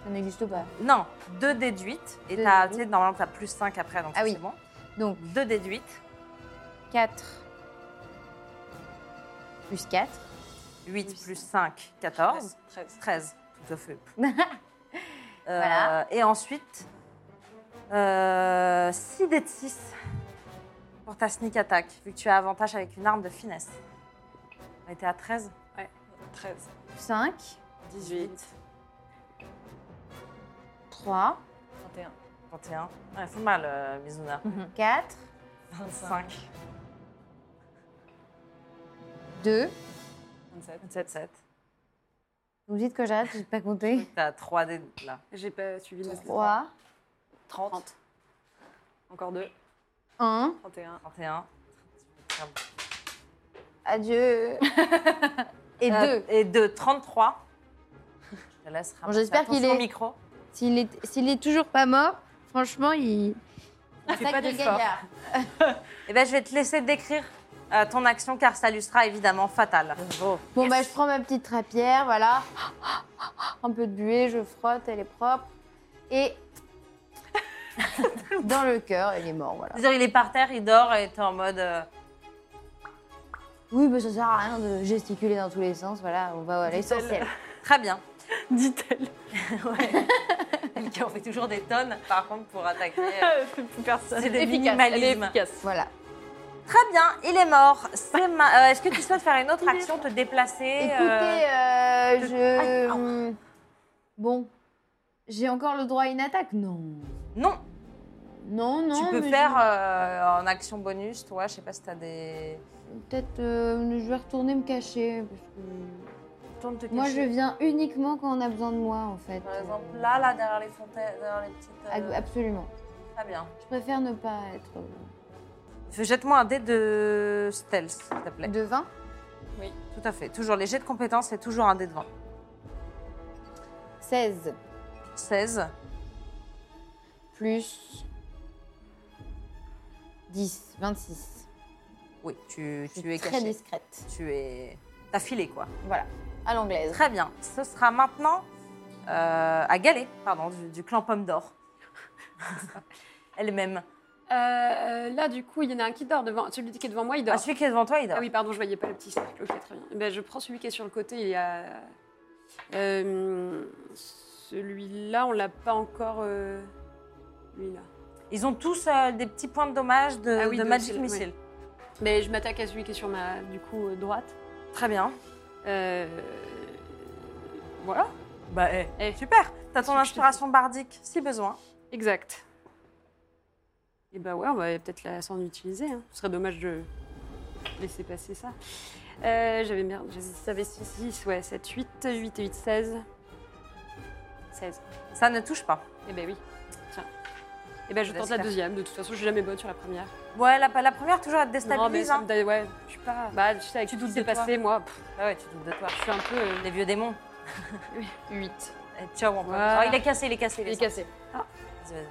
S4: Ça n'existe pas.
S1: Non, deux déduites, et
S4: Deux
S1: t'as, tu
S4: déduites.
S1: sais, normalement t'as plus 5 après, donc
S4: Ah
S1: ça,
S4: oui.
S1: c'est bon.
S4: Donc
S1: Deux déduites,
S4: 4 plus 4.
S1: 8 plus 5, 14,
S3: 13.
S1: 13, tout à fait. Euh,
S4: Voilà.
S1: Et ensuite, 6 dés de 6 pour ta sneak attack, vu que tu as avantage avec une arme de finesse. On était à 13
S3: 13.
S4: 5,
S1: 18,
S4: 3,
S1: 21. Ouais, elles font mal, euh, Mizuna.
S4: 4,
S1: 25,
S4: 2.
S1: 27, 7.
S4: Vous me dites que j'arrête, j'ai pas compté.
S1: T'as 3 dés là.
S5: J'ai pas suivi la
S4: 3,
S3: 30. Encore 2.
S4: 1.
S3: 31.
S1: 31.
S4: Adieu. Et 2.
S1: Euh, Et 2, 33. Je te laisse
S4: Bon,
S1: rapprocher
S4: j'espère qu'il
S1: ton
S4: est-
S1: micro.
S4: S'il est, s'il est toujours pas mort, franchement, il. Il
S5: pas d'effort.
S4: gaillard.
S1: Eh ben, je vais te laisser décrire euh, ton action car ça lui sera évidemment fatale.
S4: Bon, bah, je prends ma petite trapière, voilà. Un peu de buée, je frotte, elle est propre. Et. Dans le cœur, il est mort, voilà.
S1: C'est-à-dire, il est par terre, il dort et t'es en mode. euh,
S4: Oui, mais ça sert à rien de gesticuler dans tous les sens, voilà, on va à l'essentiel.
S1: très bien.
S3: Dit-elle.
S1: on fait toujours des tonnes, par contre, pour attaquer. euh,
S3: Plus personne.
S1: C'est des
S7: Efficace, elle est
S1: minimalismes.
S7: efficace.
S4: Voilà.
S1: Très bien, il est mort. C'est ma- euh, Est-ce que tu souhaites faire une autre action, te déplacer
S4: Écoutez,
S1: euh,
S4: euh,
S1: te- Aïe,
S4: je. euh, Bon. J'ai encore le droit à une attaque Non.
S1: Non,
S4: Non, non.
S1: tu peux
S4: mais je-
S1: faire euh, en action bonus, toi, je sais pas si t'as des.
S4: Peut-être. euh, je vais retourner me cacher. Parce que...
S1: Tourne te
S4: Moi, je
S1: cacher.
S4: viens uniquement quand on a besoin de moi, en fait.
S1: Par exemple,
S4: Euh,
S1: là, là, derrière les fontaines, derrière les petites.
S4: ab-
S1: euh,
S4: Absolument.
S1: Très bien.
S4: Je préfère ne pas être euh,
S1: Fais- Jette-moi un dé de stealth, s'il te plaît.
S4: de 20.
S1: Tout à fait. Toujours les jets de compétences, c'est toujours un dé de 20.
S4: 16
S1: 16.
S4: plus 10, 26.
S1: Oui, tu,
S4: Je
S1: tu es
S4: suis très
S1: caché.
S4: discrète.
S1: Tu es. T'as filé, quoi.
S4: Voilà, à l'anglaise.
S1: Très bien. Ce sera maintenant euh, à Galet, pardon, du, du clan Pomme d'Or. Elle-même.
S5: Euh, là, du coup, il y en a un qui dort devant. Celui qui est devant moi, il dort.
S1: Ah, celui qui est devant toi, il dort.
S5: Ah oui, pardon, je voyais pas le petit cercle. Ok, très bien. Eh Ben, je prends celui qui est sur le côté. Il y a. Euh, Celui-là, on l'a pas encore. euh, Lui là.
S1: Ils ont tous euh, des petits points de dommage de,
S5: Ah oui,
S1: de
S5: de-
S1: Magic
S5: oui.
S1: Missile.
S5: Mais je m'attaque à celui qui est sur ma du coup euh, droite.
S1: Très bien.
S5: Euh, Voilà.
S1: Bah, eh,
S5: Eh.
S1: super. T'as ton
S5: Je- je-
S1: inspiration bardique, si besoin.
S5: Exact. Et bah ouais, on va peut-être la s'en utiliser. hein. Ce serait dommage de laisser passer ça. Euh, j'avais merde, j'avais 6, 6, ouais, 7, 8, 8 et 8, 16. 16.
S1: Ça ne touche pas.
S5: Et ben oui, tiens. Et ben je
S1: Laisse
S5: tente la
S1: faire.
S5: deuxième, de toute façon je suis jamais bonne sur la première.
S1: Ouais, la, la première, toujours, elle te
S5: non mais
S1: déstabilise.
S5: ça
S1: hein.
S5: me donne- ouais, je suis pas... Bah tu sais avec
S1: Tu
S5: tout
S1: doutes
S5: ce qui s'est
S1: de toi.
S5: passé moi, pff,
S1: Ah ouais, tu doutes de toi.
S5: je suis un peu... euh,
S1: Les vieux démons.
S5: 8.
S1: Eh, ciao, on peut-
S5: Voilà.
S1: Ah, il est cassé, il est Ah. cassé.
S5: Il est
S1: laisse.
S5: cassé.
S1: Vas-y, vas-y. Euh,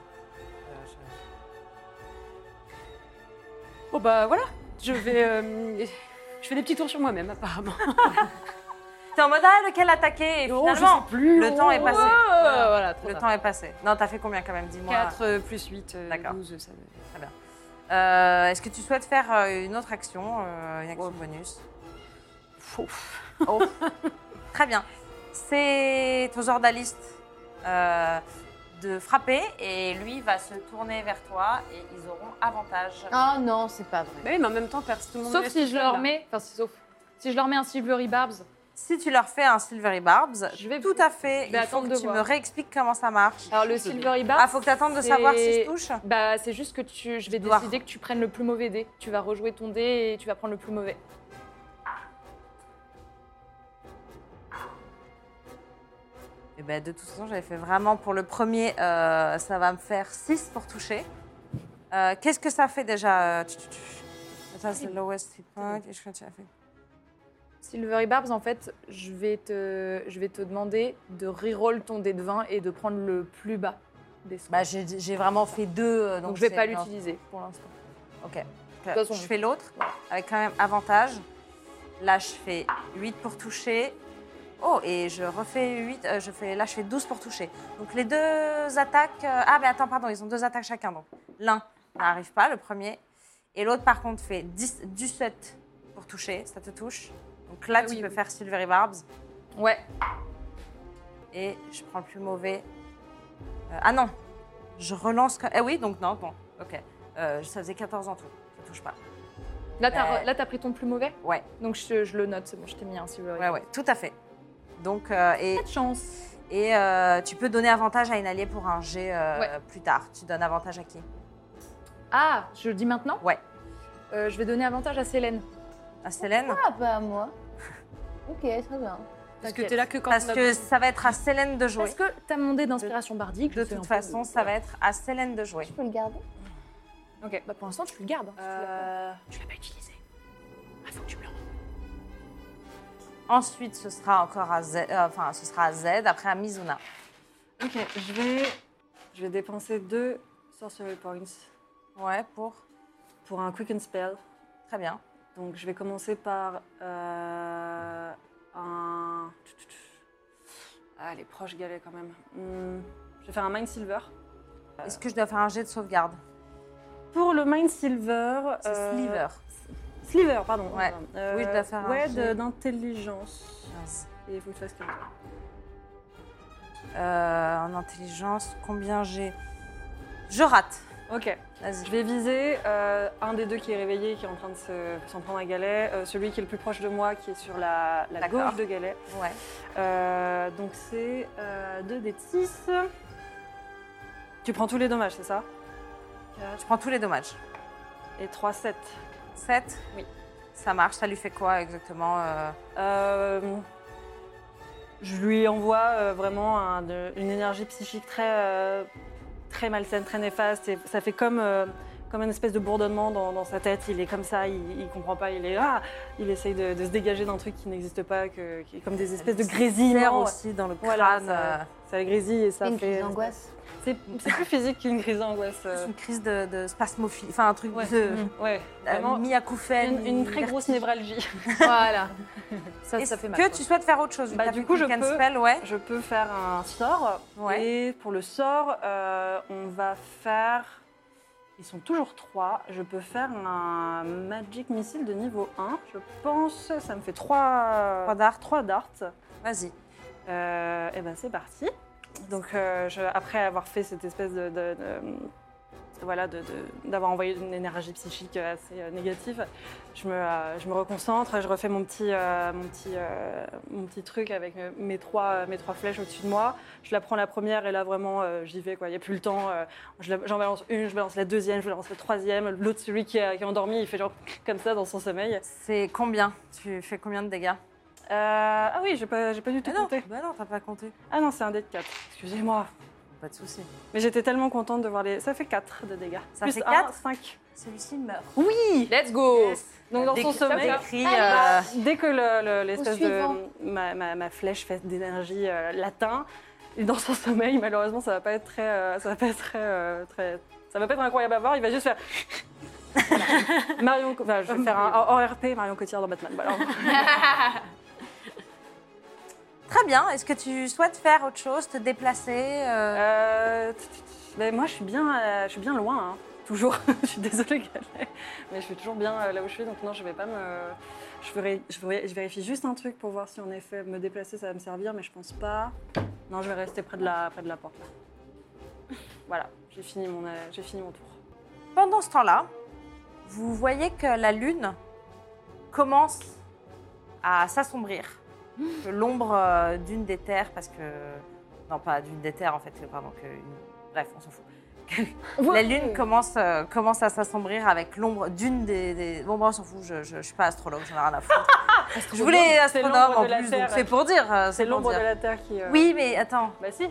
S1: je-
S5: Bon bah voilà, je vais... euh, Je fais des petits tours sur moi-même, apparemment.
S1: T'es en mode, ah, lequel attaquer Et
S5: Oh, je
S1: finalement,
S5: sais plus.
S1: le temps est passé.
S5: Voilà, voilà, trop
S1: le
S5: tard.
S1: temps est passé. Non, t'as fait combien quand même Dis-moi.
S5: 4 euh, plus 8, euh,
S1: D'accord.
S5: 12, ça va.
S1: Euh, Est-ce que tu souhaites faire euh, une autre action, euh, une action bonus Oh. Très bien. C'est aux ordalistes euh, de frapper et lui va se tourner vers toi et ils auront avantage.
S4: Oh non, c'est pas vrai.
S5: Mais oui, mais en même temps, perce tout le monde.
S2: Sauf
S5: reste
S2: si
S5: tout
S2: je
S5: seul,
S2: leur
S5: là.
S2: mets, enfin si- sauf si je leur mets un Silvery Barbs,
S1: Si tu leur fais un Silvery Barbs,
S2: Je vais-
S1: tout à fait,
S2: je vais
S1: il faut
S2: attendre
S1: que
S2: de
S1: tu
S2: voir.
S1: me réexpliques comment ça marche.
S2: alors le Silvery Barbs,
S1: Ah, faut que t'attendes de savoir si je
S2: c'est-
S1: touche
S2: bah c'est juste que tu, je vais
S1: Dois.
S2: décider que tu prennes le plus mauvais dé. Tu vas rejouer ton dé et tu vas prendre le plus mauvais.
S1: Eh ben, de toute façon, j'avais fait vraiment pour le premier, euh, ça va me faire 6 pour toucher. Euh, Qu'est-ce que ça fait déjà euh, tch, tch, tch Ça, c'est lowest hit point. Et je crois que tu as fait.
S2: Silvery Barbs, en fait, je vais te, je vais te demander de reroll ton dé de 20 et de prendre le plus bas des scores.
S1: Bah, j'ai j'ai vraiment fait deux. euh,
S2: donc,
S1: Donc,
S2: je vais
S1: c'est-
S2: pas
S1: non,
S2: l'utiliser pour l'instant.
S1: Ok. Donc,
S2: façon,
S1: je fais l'autre, avec quand même avantage. Là, je fais 8 pour toucher. Oh, et je refais 8. euh, je fais, là, je fais 12 pour toucher. Donc, les deux attaques. euh, ah, mais attends, pardon, ils ont deux attaques chacun. Donc, l'un n'arrive pas, le premier. Et l'autre, par contre, fait 10, 17 pour toucher. Ça te touche. Donc là,
S2: Ah
S1: tu
S2: oui,
S1: peux
S2: oui.
S1: faire Silvery Barbs.
S2: Ouais,
S1: Et je prends le plus mauvais. Euh, ah non, je relance. quand- Eh oui, donc non, bon, ok. Euh, ça faisait 14 en tout. Ça touche pas.
S2: là t'as,
S1: Ouais.
S2: re- là t'as pris ton plus mauvais,
S1: Ouais.
S2: donc je, je le note, c'est bon, je t'ai mis un Silvery.
S1: Ouais, ouais, tout à fait. Donc, euh, et,
S2: Pas de chance.
S1: et euh, tu peux donner avantage à une alliée pour un jet euh,
S2: Ouais.
S1: plus tard. Tu donnes avantage à qui
S2: Ah, je le dis maintenant
S1: Ouais.
S2: Euh, je vais donner avantage à Célène.
S1: À Célène
S4: Ah, pas à moi. Ok, très bien.
S5: Parce que t'es là que quand
S1: Parce
S5: on a-
S1: que ça va être à Célène de jouer.
S2: Parce que t'as mon dé d'inspiration bardique.
S1: De toute façon, ça va être à Célène de jouer.
S4: Je peux le garder
S2: Ok, bah pour l'instant, tu le gardes. hein, si tu l'as pas.
S5: Euh, Tu l'as pas utilisé. Ah, faut que tu me le rendes.
S1: Ensuite, ce sera encore à Z, euh, enfin, ce sera à Z, après à Mizuna.
S3: Ok, je vais, je vais dépenser deux sorcery points
S1: Ouais, pour.
S3: pour un quicken spell.
S1: Très bien.
S3: Donc je vais commencer par euh, un. Ah, les proches galets quand même. Hmm, je vais faire un Mind Silver.
S5: Euh.
S1: Est-ce que je dois faire un jet de sauvegarde
S3: Pour le Mind Silver.
S1: C'est
S3: euh,
S1: Sliver.
S3: Sliver, pardon.
S1: Ouais.
S3: Euh,
S1: Oui, je dois faire un
S3: Ouais,
S1: jet.
S3: de- d'intelligence. Et il faut que je fasse quelque chose.
S1: Euh, en intelligence, combien j'ai Je rate.
S3: Ok.
S1: Vas-y.
S3: Je vais viser euh, un des deux qui est réveillé et qui est en train de se- s'en prendre un galet. euh, celui qui est le plus proche de moi, qui est sur la, la
S1: D'accord.
S3: gauche de galet.
S1: Ouais.
S3: Euh, donc c'est euh, 2 d 6. Tu prends tous les dommages, c'est ça
S1: Je prends tous les dommages.
S3: Et 3, 7.
S1: 7
S3: Oui.
S1: Ça marche, ça lui fait quoi exactement euh,
S3: Euh, je lui envoie euh, vraiment un- de- une énergie psychique très, euh, très malsaine, très néfaste. Et ça fait comme, euh, comme un espèce de bourdonnement dans, dans sa tête. Il est comme ça, il, il comprend pas, il est là. il essaye de, de se dégager d'un truc qui n'existe pas, que, qui est comme des espèces de
S1: Faire
S3: grésillements.
S1: aussi dans le crâne.
S3: Voilà, ça-
S1: euh,
S3: Ça grésille et ça
S4: Une
S3: fait.
S4: crise d'angoisse.
S3: C'est c'est plus physique qu'une crise d'angoisse. euh.
S1: c'est une crise de, de spasmophilie, enfin un truc
S3: Ouais. Mm.
S1: de
S3: Ouais,
S1: euh,
S3: vraiment.
S1: mi-acouphène.
S3: Une, une très
S1: mi-
S3: grosse névralgie.
S2: Euh, Voilà. ça,
S1: Est-ce
S2: ça fait mal.
S1: que
S2: quoi.
S1: tu souhaites faire autre chose vu
S3: Bah,
S1: que t'as
S3: du
S1: fait
S3: coup, je
S1: Quick and
S3: peux-
S1: Spell, ouais.
S3: Je peux faire un sort.
S1: Ouais.
S3: Et pour le sort, euh, on va faire. Ils sont toujours trois. Je peux faire un Magic Missile de niveau 1. Je pense. Ça me fait 3
S1: Trois darts.
S3: darts.
S1: Vas-y.
S3: Euh, et ben c'est parti. Donc euh, je- après avoir fait cette espèce de, de- de- voilà de- de- d'avoir envoyé une énergie psychique assez euh, négative, je me, euh, je me reconcentre, je refais mon petit euh, mon petit euh, mon petit truc avec euh, mes trois euh, mes trois flèches au-dessus de moi. Je la prends la première et là vraiment euh, j'y vais quoi. Il y a plus le temps. euh, je la- J'en balance une, je balance la deuxième, je balance la troisième. L'autre celui qui est, qui est endormi, il fait genre comme ça dans son sommeil.
S1: C'est combien Tu fais combien de dégâts
S3: Euh, ah oui, j'ai pas j'ai pas du tout
S1: Ah non,
S3: compté.
S1: bah non, t'as pas compté.
S3: Ah non, c'est un dé de 4. Excusez-moi.
S1: Pas de souci.
S3: Mais j'étais tellement contente de voir les. Ça fait 4 de dégâts.
S1: Ça
S3: Plus
S1: fait
S3: un,
S1: quatre
S3: cinq.
S1: Celui-ci meurt.
S2: Let's go
S3: Donc dans
S1: Dès
S3: son
S1: que-
S3: sommeil. Ah, bah.
S1: dès qu'il crie, euh,
S3: Dès que le- le- l'espèce
S4: suivant.
S3: de. Ma, ma- ma flèche fait d'énergie euh, l'atteint, et dans son sommeil, malheureusement, ça va pas être très. euh, ça va pas être très, euh, très- Ça va pas être incroyable à voir, il va juste faire. Marion, enfin, je vais faire un hors RP Marion Cotillard dans Batman. Voilà.
S1: Très bien. Est-ce que tu souhaites faire autre chose, te déplacer euh,
S3: Euh, tch, tch, tch. Ben, moi, je suis bien, euh, je suis bien loin, hein. toujours. je suis désolée, Gaëlle. mais je suis toujours bien euh, là où je suis. Donc non, je vais pas me. Je, verrai- je, verrai- je vérifie juste un truc pour voir si en effet me déplacer ça va me servir, mais je pense pas. Non, je vais rester près de la, près de la porte. là. Voilà, j'ai fini mon, euh, j'ai fini mon tour.
S1: Pendant ce temps-là, vous voyez que la lune commence à s'assombrir. Que L'ombre euh, d'une des terres, parce que. Non, pas d'une des terres, en fait, euh, pardon. Que une- Bref, on s'en fout. la lune commence, euh, commence à s'assombrir avec l'ombre d'une des, des- Bon, bon, on s'en fout, je, je, je suis pas astrologue, j'en ai rien à foutre. je voulais
S3: c'est
S1: astronome
S3: l'ombre
S1: en
S3: de la
S1: plus,
S3: Terre.
S1: donc c'est pour dire. euh,
S3: C'est
S1: pour
S3: l'ombre
S1: dire.
S3: de la Terre qui. euh,
S1: Oui, mais attends.
S3: Bah si.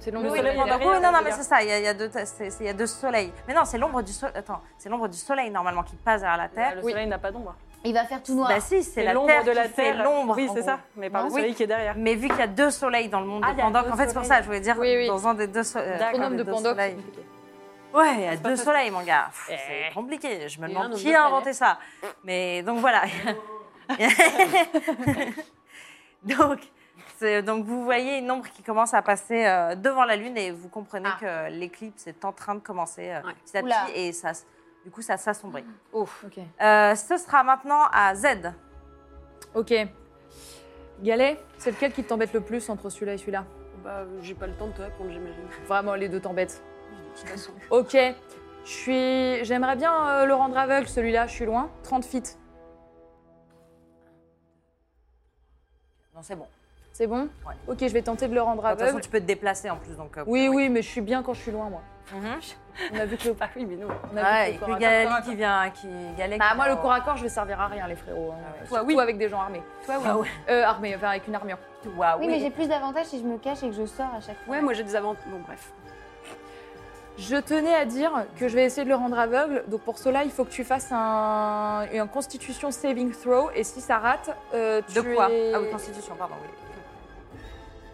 S2: C'est
S3: Le
S2: l'ombre
S1: Oui,
S2: de la
S3: soleil
S2: Terre.
S3: est
S1: donc,
S3: derrière,
S1: oui, non, non,
S3: les
S1: mais
S3: gars.
S1: c'est ça, il y a, il y a deux, c'est- c'est- il y a deux soleils. Mais non, c'est l'ombre du soleil, attends, c'est l'ombre du soleil normalement qui passe vers la Terre.
S3: Le soleil n'a pas d'ombre.
S4: Il va faire tout noir.
S1: Bah si, c'est la Terre
S3: l'ombre de la
S1: qui fait
S3: Terre.
S1: l'ombre.
S3: Oui,
S1: en
S3: c'est
S1: gros.
S3: ça. Mais par le
S1: Oui.
S3: soleil qui est derrière.
S1: Mais vu qu'il y a deux soleils dans le monde
S3: Ah, il
S1: de
S3: y a
S1: Pandoc,
S3: deux
S1: en fait, c'est pour ça, je voulais dire,
S2: Oui, oui.
S1: dans un des deux soleils.
S3: D'accord.
S2: Astronome de Pandoc.
S1: Ouais, il y a deux soleils, mon gars. Pff,
S3: Eh.
S1: C'est compliqué, je me
S2: Et un
S1: demande
S2: homme
S1: qui
S2: de
S1: a
S2: palais.
S1: inventé ça. Mais donc voilà. donc, c'est- donc vous voyez une ombre qui commence à passer euh, devant la Lune et vous comprenez
S2: Ah.
S1: que l'éclipse est en train de commencer euh, petit à petit
S4: Oula.
S1: et ça, s- du coup ça s'assombrit.
S2: Mm. Ok.
S1: Euh, ce sera maintenant à Z.
S2: Ok. Galet, c'est lequel qui t'embête le plus entre celui-là et celui-là
S5: Bah, j'ai pas le temps de te répondre, j'imagine.
S2: Vraiment, les deux t'embêtent.
S5: De toute façon.
S2: Ok. Je suis. J'aimerais bien euh, le rendre aveugle, celui-là. Je suis loin. 30 feet.
S1: Non, c'est bon.
S2: C'est bon
S1: Ouais.
S2: Ok, je vais tenter Bah, de le rendre
S1: De toute façon,
S2: aveugle.
S1: tu peux te déplacer en plus. Donc, euh,
S2: Ah, Oui, oui, mais je suis bien quand je suis loin, moi.
S1: Mhm.
S2: On a vu que le.
S3: Ah oui, mais non.
S2: on a vu
S1: Ouais,
S2: que
S1: et
S2: le corps
S1: puis
S2: à
S1: il y a
S2: corps.
S1: Ali qui vient, qui galère.
S2: Bah, moi, le corps à corps, je vais servir à rien, les frérots. hein. Surtout avec des gens armés.
S1: Toi, Ah ouais.
S2: Euh, armés, enfin, avec une armure.
S1: Waouh,
S4: oui,
S1: oui.
S4: mais j'ai plus d'avantages si je me cache et que je sors à chaque fois.
S5: Ouais, moi j'ai des avant. Bon, bref.
S2: Je tenais à dire que je vais essayer de le rendre aveugle. Donc pour cela, il faut que tu fasses un, un constitution saving throw. Et si ça rate, euh, tu
S1: De quoi
S2: es-
S1: Ah oui, Constitution, pardon. Oui.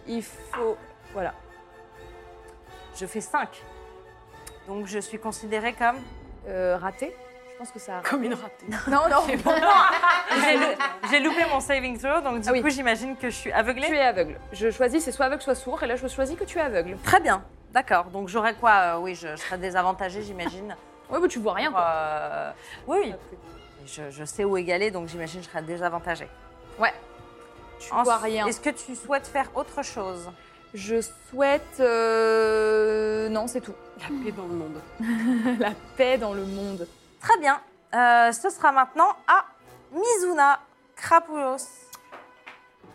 S2: Il faut... Voilà.
S1: Je fais 5. Donc je suis considérée comme.
S2: Euh, raté Je pense que ça a raté.
S5: Comme une ratée.
S2: Non, non.
S1: J'ai lou- J'ai loupé mon saving throw, donc du
S2: Ah oui.
S1: coup j'imagine que je suis aveuglée.
S2: tu es aveugle. Je choisis, c'est soit aveugle, soit sourd. Et là, je choisis que tu es aveugle.
S1: Très bien, d'accord. Donc j'aurais quoi euh, Oui, je, je serais désavantagée, j'imagine.
S2: Ouais, mais tu vois rien, quoi.
S1: Euh, oui, oui. Je, je sais où égaler, donc j'imagine que je serais désavantagée.
S2: Tu vois rien.
S1: Est-ce que tu souhaites faire autre chose
S2: Je souhaite... euh, Non, c'est tout.
S5: La paix dans le monde.
S2: La paix dans le monde.
S1: Très bien. Euh, ce sera maintenant à Mizuna Krapoulos.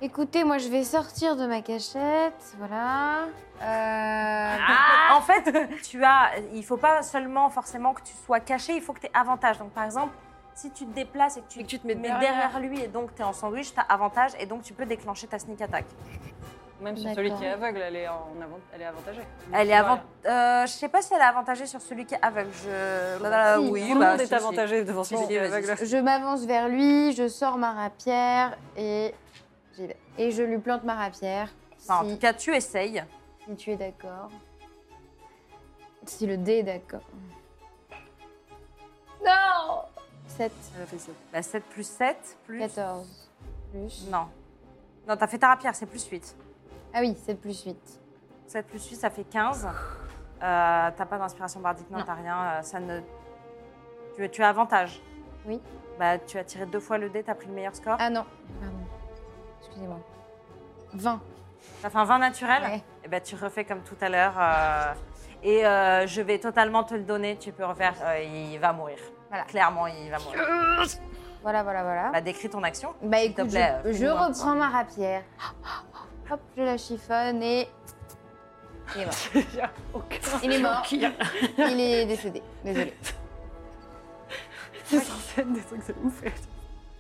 S4: Écoutez, moi je vais sortir de ma cachette, voilà. Euh,
S1: en fait, tu as, il faut pas seulement forcément que tu sois caché, il faut que tu aies avantage. Donc, par exemple, si tu te déplaces et que tu,
S5: Et que tu te mets
S1: mets
S5: derrière.
S1: derrière lui et donc tu es en sandwich, tu as avantage et donc tu peux déclencher ta sneak attack.
S3: Même sur celui
S4: D'accord.
S3: qui est aveugle, elle est, en avant... elle est avantagée.
S1: Elle est
S3: Ouais.
S1: avant, euh, je sais pas si elle est avantagée sur celui qui est aveugle. Je... là, là, là,
S4: Si,
S1: oui,
S3: Tout le
S1: bah,
S3: monde
S1: si,
S3: est
S1: si.
S3: avantagé devant celui
S1: Bon,
S3: qui est
S1: vas-y.
S3: aveugle.
S4: Je m'avance vers lui, je sors ma rapière et j'y vais. Et je lui plante ma rapière.
S1: Enfin, en
S4: si,
S1: tout cas, tu essayes.
S4: si tu es d'accord. Si le dé est d'accord. Non 7,
S5: Elle a fait ça.
S1: Bah, 7 plus 7 plus.
S4: 14, plus.
S1: Non. Non, t'as fait ta rapière, c'est plus 8.
S4: Ah oui, 7 plus 8.
S1: 7 plus 8, ça fait 15. Euh, t'as pas d'inspiration bardique, non,
S4: Non.
S1: t'as rien. euh, ça ne... tu, tu as avantage.
S4: Oui.
S1: Bah, tu as tiré deux fois le dé, t'as pris le meilleur score.
S4: Ah non, pardon. Excusez-moi. 20.
S1: T'as fait un 20 naturel.
S4: Ouais.
S1: Et bah, tu refais comme tout à l'heure. euh, et euh, je vais totalement te le donner. Tu peux refaire. euh, il va mourir.
S4: Voilà.
S1: Clairement, il va mourir.
S4: Voilà, voilà, voilà.
S1: Bah, décris ton action.
S4: Bah
S1: S'il te
S4: écoute,
S1: plaît,
S4: je,
S1: euh,
S4: je
S1: fais-nous un-
S4: reprends ma rapière. Hop, je la chiffonne et. Il est mort. Il est mort. Il est décédé. Désolé.
S3: C'est censé être des trucs de ouf.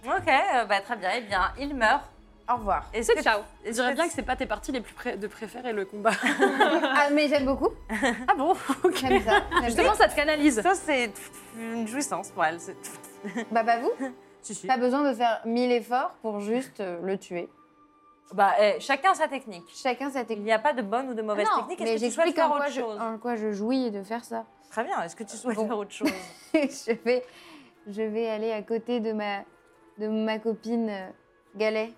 S1: Ok, euh, bah, très bien. Eh bien, il meurt. Au revoir. Est-ce que-
S5: ciao. Je
S1: est-ce
S5: dirais
S1: que-
S5: bien que c'est pas tes parties les plus pré- de préférées, le combat.
S4: Ah, mais j'aime beaucoup.
S5: Ah bon
S4: J'aime ça. J'aime
S5: Justement, ça te canalise.
S1: Ça, c'est une jouissance pour elle. c'est-
S4: ça. Bah, bah, vous,
S1: Si, si.
S4: pas besoin de faire mille efforts pour juste euh, le tuer.
S1: Bah, eh, chacun sa technique.
S4: Chacun sa
S1: Il
S4: technique.
S1: n'y a pas de bonne ou de mauvaise
S4: Non,
S1: technique.
S4: mais
S1: Est-ce que tu souhaites
S4: j'explique
S1: faire
S4: en quoi,
S1: autre
S4: je, Ah,
S1: chose
S4: en quoi je jouis de faire ça.
S1: Très bien. Est-ce que tu souhaites
S4: Bon.
S1: faire autre chose
S4: je fais je vais aller à côté de ma, de ma copine euh, Galet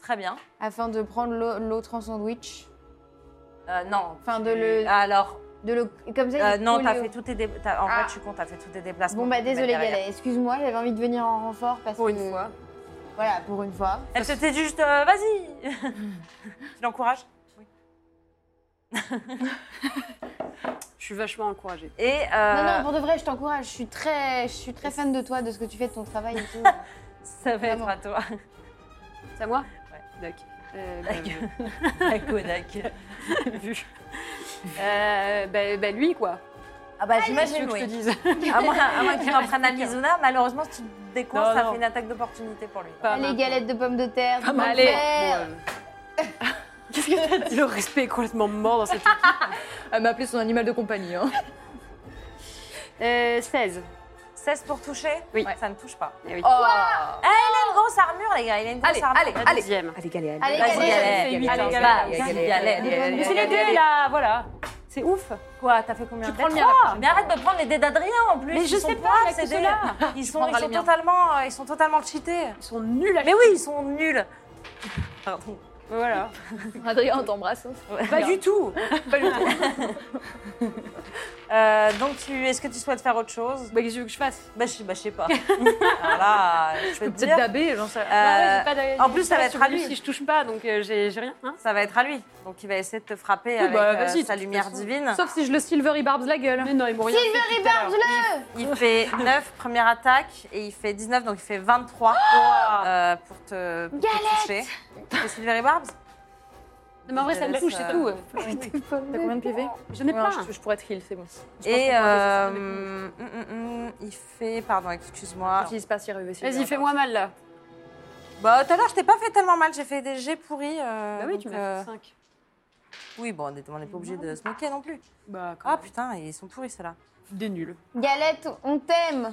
S1: Très bien.
S4: afin de prendre l'au- l'autre en sandwich.
S1: Euh, non.
S4: Enfin, de
S1: tu-
S4: le-
S1: Alors,
S4: De le, comme ça, il
S1: Ah. euh,
S4: est
S1: non, t'as
S4: collé au-
S1: fait tous tes. dé- t'as- En
S4: Ah.
S1: vrai, tu comptes, t'as fait tous tes déplacements.
S4: Bon bah
S1: pour te mettre
S4: désolé
S1: derrière.
S4: Galet, excuse-moi, j'avais envie de venir en renfort parce
S5: Pour
S4: que...
S5: une fois.
S4: Voilà, pour une fois.
S1: Elle s'était juste, euh, vas-y. tu l'encourages.
S5: Je suis vachement encouragée.
S1: Et euh,
S4: Non, non, pour de vrai, je t'encourage. Je suis très, je suis très fan de toi, de ce que tu fais, de ton travail et tout.
S1: ça va être à toi.
S5: C'est à moi Ouais. Doc. Euh, bah,
S1: À Kodak.
S5: vu. Euh, bah, bah, lui, quoi.
S1: Ah bah
S5: Qu'est-ce que
S1: j'imagine
S5: je te
S1: oui.
S5: dise
S1: À moins, à moins qu'il en prenne à Mizuna, malheureusement si tu te décours,
S5: Non,
S1: ça
S5: non.
S1: fait une attaque d'opportunité pour lui.
S5: Pas
S4: les
S5: maintenant.
S4: galettes de pommes de terre, de pommes de
S5: Allez.
S4: terre.
S1: euh.
S5: Qu'est-ce que t'as dit Le respect est complètement mort dans cette équipe.
S2: Elle m'a appelé son animal de compagnie. Hein.
S5: Euh, 16.
S1: 16 pour toucher
S5: Oui.
S1: Ça ne touche pas.
S5: Eh oui.
S1: Il a une grosse armure les gars, il a une grosse
S5: allez,
S1: armure.
S5: allez, allez. Deuxième.
S4: Allez,
S1: Vas-y,
S4: Galet.
S1: galère.
S2: Allez,
S1: Allez,
S2: galère.
S1: galère. Vas-y,
S5: Mais
S1: galère.
S5: c'est les dés, là, voilà. C'est ouf.
S1: Quoi T'as fait combien
S2: Tu
S1: de
S2: prends le
S1: dés
S2: mien, la
S1: Trois
S2: prochaine
S1: Mais arrête de prendre les dés d'Adrien en plus.
S5: Mais
S1: ils
S5: je
S1: sont
S5: sais pas,
S1: pas,
S5: avec
S1: ces
S5: que
S1: dés.
S5: ceux-là.
S1: Ils
S5: Je
S1: sont, ils
S5: prendrai
S1: sont
S5: les miens.
S1: totalement, euh, ils sont totalement cheatés.
S5: Ils sont nuls à
S1: Mais oui, ils sont nuls. Pardon.
S5: Voilà.
S2: Adrien, on t'embrasse.
S5: Pas du tout.
S1: Euh, donc tu, est-ce que tu souhaites faire autre chose
S5: Bah, qu'est-ce que tu veux que je fasse
S1: Bah je, bah, je sais pas. Alors là, je peux te
S2: Peut-être
S1: dire,
S2: d'abé, j'en sais rien.
S1: euh,
S5: Bah ouais, j'ai pas de-
S1: en plus,
S5: j'ai
S1: ça
S5: pas
S1: va être
S5: sur lui
S1: à lui.
S5: Si je touche pas, donc euh, j'ai j'ai rien. hein.
S1: ça va être à lui. Donc il va essayer de te frapper
S5: Oui,
S1: avec
S5: bah,
S1: euh,
S5: vas-y, de
S1: sa
S5: toute
S1: lumière
S5: façon.
S1: divine.
S2: Sauf si je le Silvery Barbs la gueule.
S5: Mais non, ils m'ont rien fait.
S4: Silvery Barbs, le
S1: Il fait 9 première attaque et il fait 19 donc il fait 23
S5: Oh
S1: euh, pour te, pour te toucher. C'est Silvery Barbs
S5: Non, mais en vrai, ça me
S1: laisse,
S5: touche, c'est
S1: euh,
S5: tout.
S2: T'as combien de PV
S5: J'en ai
S2: Non,
S5: plein.
S2: je, je pourrais être heal, c'est bon.
S1: Et euh, mm, mm, mm, il fait pardon excuse-moi.
S2: J'utilise pas si arrivé.
S5: Vas-y, fais-moi mal, là.
S1: Bah tout à l'heure je t'ai pas fait tellement mal, j'ai fait des jets pourris. euh,
S5: Bah oui,
S1: donc,
S5: tu m'as
S1: euh,
S5: fait 5.
S1: Oui bon on est- on n'est pas obligé de se moquer non plus.
S5: Bah, quand
S1: Ah
S5: même.
S1: putain ils sont pourris ceux-là.
S5: Des nuls.
S4: Galette, on t'aime.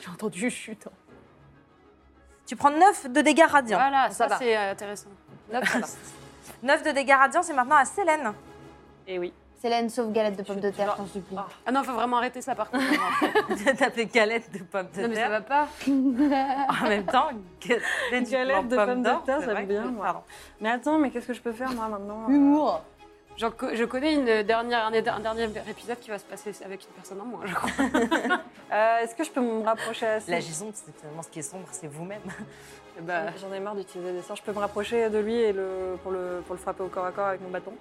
S2: J'ai entendu chute.
S1: Tu prends 9 de dégâts radiants.
S5: Voilà,
S2: Ça
S5: ça,
S2: va.
S5: c'est euh, intéressant.
S1: 9 de dégâts radiants c'est maintenant à Célène.
S5: Et Eh oui.
S4: Célène, sauve galette de pommes de terre, je t'en supplie.
S5: Ah non, faut vraiment arrêter ça, par contre. non,
S1: T'as fait galette de pommes de
S5: mais ça
S1: terre.
S5: va pas.
S1: En même temps, galette,
S3: Galette de pommes de terre, ça me bien, moi.
S1: Pardon.
S3: Mais attends, mais qu'est-ce que je peux faire moi maintenant euh
S4: Humour.
S5: J'en co- je connais une dernière, un, un dernier épisode qui va se passer avec une personne en moins, je crois.
S3: Euh, Est-ce que je peux me rapprocher assez
S1: La gisonde, c'est finalement ce qui est sombre, c'est vous-même.
S3: Eh
S1: Euh,
S5: Bah,
S3: J'en ai marre d'utiliser des sorts. Je peux me rapprocher de lui et le, pour, le, pour le frapper au corps à corps avec mon bâton.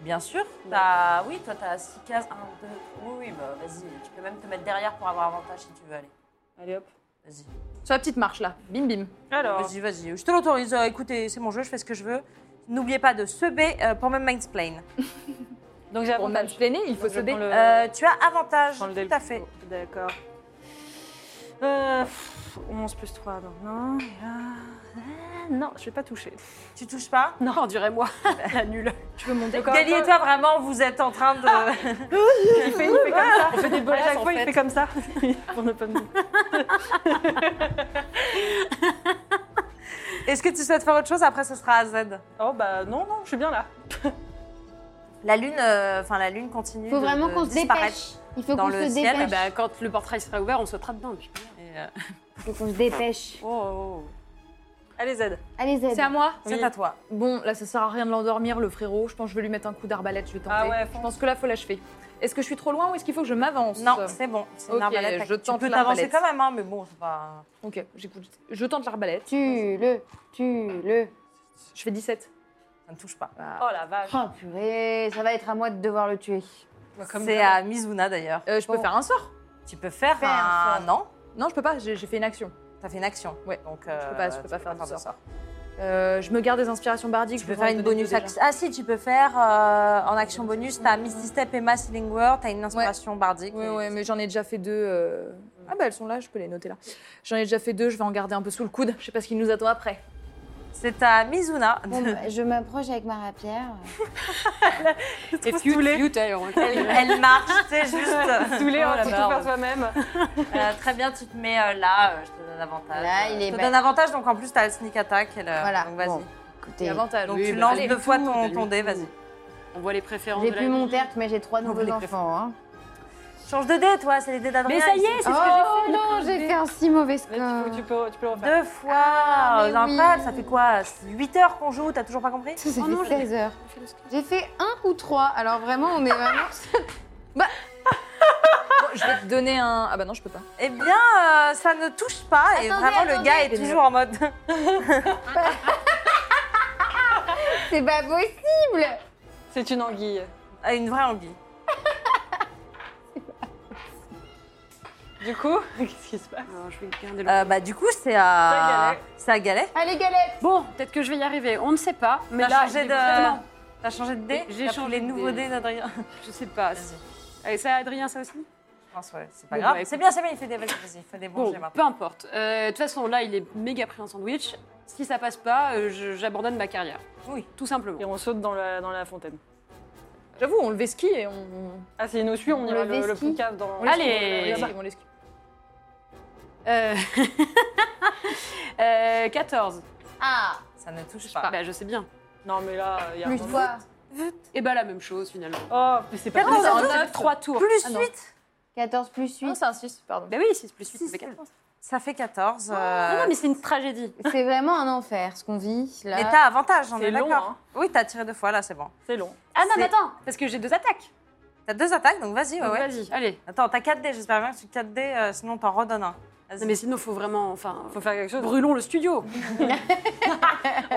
S1: Bien sûr. T'as... Oui, toi, t'as 6 cases. 1, 2. Oui, oui, bah vas-y. Tu peux même te mettre derrière pour avoir avantage si tu veux aller.
S3: Allez hop.
S1: Vas-y.
S2: Sur la petite marche là, bim bim.
S3: Alors,
S1: Vas-y, vas-y. Je te l'autorise. Euh, Écoutez, c'est mon jeu, je fais ce que je veux. N'oubliez pas de se B euh, pour me mansplain.
S3: donc j'ai
S2: Pour
S3: avantage.
S2: mansplainer, il faut
S3: Je
S2: se dé.
S3: prends le-
S1: Euh, tu as avantage.
S3: je prends le dé le
S1: Tout à
S3: plus
S1: fait.
S3: gros. D'accord. Euh, pff, 11 plus 3, donc non. Et là, ah, non, je vais pas toucher.
S1: Tu touches pas
S5: non, dirais-moi. La nulle.
S3: Tu veux mon dé
S1: Kelly et toi, vraiment, vous êtes en train de.
S3: Ah. Il fait, il fait comme ça. On fait des
S5: bolasses,
S3: À chaque
S5: en
S3: fois, il
S5: fait.
S3: fait comme ça. pour ne pas me
S1: Est-ce que tu souhaites faire autre chose Après, ce sera à Z.
S3: Oh bah non, non, je suis bien là.
S1: La lune, euh, enfin la lune continue.
S4: Il faut
S1: de-
S4: vraiment
S1: de
S4: qu'on se
S1: disparaître.
S4: dépêche. Il faut
S1: dans
S4: qu'on
S1: le
S4: se
S1: ciel, eh ben.
S4: dépêche.
S5: Bah, quand le portrait sera ouvert, on sautera dedans. puis- Et, euh,
S4: Il faut qu'on se dépêche.
S3: Oh. Allez Z.
S4: Allez, Z.
S2: C'est à moi
S1: C'est à toi.
S2: Bon, là, ça sert à rien de l'endormir, le frérot. Je pense que je vais lui mettre un coup d'arbalète, je vais tenter.
S3: Ah ouais,
S2: je pense que là, faut l'achever. Est-ce que je suis trop loin ou est-ce qu'il faut que je m'avance
S1: Non, c'est bon. C'est
S2: Ok,
S1: une arbalète.
S2: je
S1: tu
S2: tente
S1: peux t'avancer
S2: l'arbalète.
S1: quand même, hein, mais bon, c'est pas.
S2: Ok, j'écoute. Je tente l'arbalète.
S4: Tue-le, tue-le.
S2: Je fais 17.
S1: Ça ne touche pas.
S3: Oh la vache.
S4: Oh purée, ça va être à moi de devoir le tuer.
S1: C'est à Mizuna d'ailleurs.
S2: bah, Euh, je peux faire un sort
S1: Tu peux faire
S4: Faire
S1: un.
S4: ça.
S1: Non
S2: Non, je peux pas, j'ai j'ai fait une action.
S1: T'as fait une action.
S2: Ouais.
S1: Donc, euh,
S2: peux pas- je peux pas faire de sort. Euh, je me garde des inspirations bardiques.
S1: Tu peux faire une bonus action. Ah si, tu peux faire euh, en action bonus. T'as Misty Step et Mass Healing Word. T'as une inspiration bardique.
S2: Oui, ouais, mais j'en ai déjà fait deux. euh, Ah bah elles sont là, je peux les noter là. J'en ai déjà fait deux, je vais en garder un peu sous le coude. Je sais pas ce qui nous attend après.
S1: C'est à Mizuna.
S4: Bon, bah, je m'approche avec ma rapière.
S5: Et Fiu, d'ailleurs.
S1: Elle, elle marche, c'est juste.
S3: Soulé,
S2: Oh,
S3: hein,
S2: la
S3: faut tout
S2: barbe.
S3: faire soi-même.
S1: Euh, très bien, tu te mets euh, là. euh, je te donne avantage.
S4: Là, il est
S1: Je te
S4: bête.
S1: donne avantage, donc en plus t'as le sneak attack. et le-
S4: Voilà,
S1: Donc vas-y.
S4: bon. Écoutez,
S2: Avantage.
S1: Donc
S5: Oui,
S1: tu
S5: bah,
S1: lances
S5: allez,
S1: deux fois
S5: tout,
S1: ton,
S5: allez,
S1: ton dé,
S5: tout.
S1: vas-y.
S5: On voit les préférences
S4: j'ai
S5: de la
S4: plus
S5: vie.
S4: mon terme, mais j'ai trois nouveaux
S1: les
S4: enfants. hein.
S1: Change de dé, toi, c'est les dés d'Adrien.
S3: Mais ça y
S1: ici.
S3: est, c'est
S4: Oh
S3: ce que j'ai fait.
S4: non, j'ai fait un si mauvais
S3: Mais tu,
S4: score.
S3: peux- tu peux, tu peux le refaire.
S1: Deux fois
S4: Ah,
S1: euh,
S4: mais
S1: un
S4: oui.
S1: pad, ça fait quoi 8 heures qu'on joue, t'as toujours pas compris
S4: Ça fait
S5: Oh non, je l'ai-
S4: 16 heures. J'ai fait un ou trois, alors vraiment, on est vraiment...
S2: Bon, je vais te donner un. Ah bah non, je peux pas.
S1: Eh bien, euh, ça ne touche pas et
S4: Attendez,
S1: vraiment le
S4: attendez.
S1: gars est toujours en mode.
S4: C'est pas possible
S3: C'est une anguille.
S1: Ah, Une vraie anguille.
S3: Du coup, qu'est-ce qui se passe
S5: Alors, je vais garder le-
S1: Euh, bah du coup c'est à
S3: Galet.
S1: c'est à Galet.
S4: Allez, galette
S5: Bon, peut-être que je vais y arriver. On ne sait pas. Mais
S1: T'as
S5: là,
S1: changé
S5: j'ai
S1: de
S5: vraiment-
S1: t'as changé de dé.
S5: J'ai
S1: T'as pris
S5: changé
S1: les
S5: de
S1: nouveaux
S5: dé.
S1: dés d'Adrien.
S5: Je sais pas. Allez, ça, Adrien, ça aussi
S1: Je pense ouais, c'est pas
S5: Bon,
S1: grave.
S5: bah,
S1: c'est
S5: écoute.
S1: bien, c'est bien, il fait des vas-y, il fait des bons
S5: Bon,
S1: jets maintenant.
S5: peu importe. Euh, De toute façon, là, il est méga pris en sandwich. Si ça passe pas, euh, je- j'abandonne ma carrière.
S1: Oui.
S5: Tout simplement.
S3: Et on saute dans la, dans la fontaine.
S2: J'avoue, on le fait ski et on.
S3: Ah, s'il nous suit, on
S4: Le
S3: ira le, le
S4: vesqui.
S3: podcast dans.
S5: Allez
S2: on les- on les ski.
S5: Euh, euh, 14.
S4: Ah,
S1: Ça ne touche
S5: Ah,
S1: pas.
S5: Bah, je sais bien.
S3: Non, mais là, il y a.
S4: plus
S3: un-
S4: toi.
S5: Et bah, la même chose, finalement.
S3: Oh, mais c'est pas
S1: Pardon,
S3: possible.
S1: ça
S5: En
S1: touche
S5: 9, 3 tours.
S1: Plus
S5: Ah, non.
S1: 8
S4: 14 plus
S2: Non,
S4: 8.
S1: Ah,
S2: c'est un 6, pardon.
S5: Bah oui, 6 plus 8, ça fait 14.
S1: Ça fait 14. euh,
S5: Oh, Ah Non, non, mais c'est une tragédie.
S4: C'est vraiment un enfer, ce qu'on vit,
S1: Mais
S4: là.
S1: t'as avantage, on
S3: C'est
S1: est
S3: long,
S1: d'accord.
S3: hein.
S1: Oui, t'as tiré deux fois là, c'est bon.
S3: C'est long.
S5: Ah non,
S1: C'est-
S5: mais attends, parce que j'ai deux attaques.
S1: T'as deux attaques, donc vas-y, ouais,
S5: Donc,
S1: ouais.
S5: Vas-y, allez.
S1: Attends, t'as 4 dés, j'espère bien que tu 4 dés, euh, sinon t'en redonnes un. Vas-y.
S5: Non, mais sinon, faut vraiment. Enfin,
S3: Faut faire quelque chose.
S5: brûlons le studio.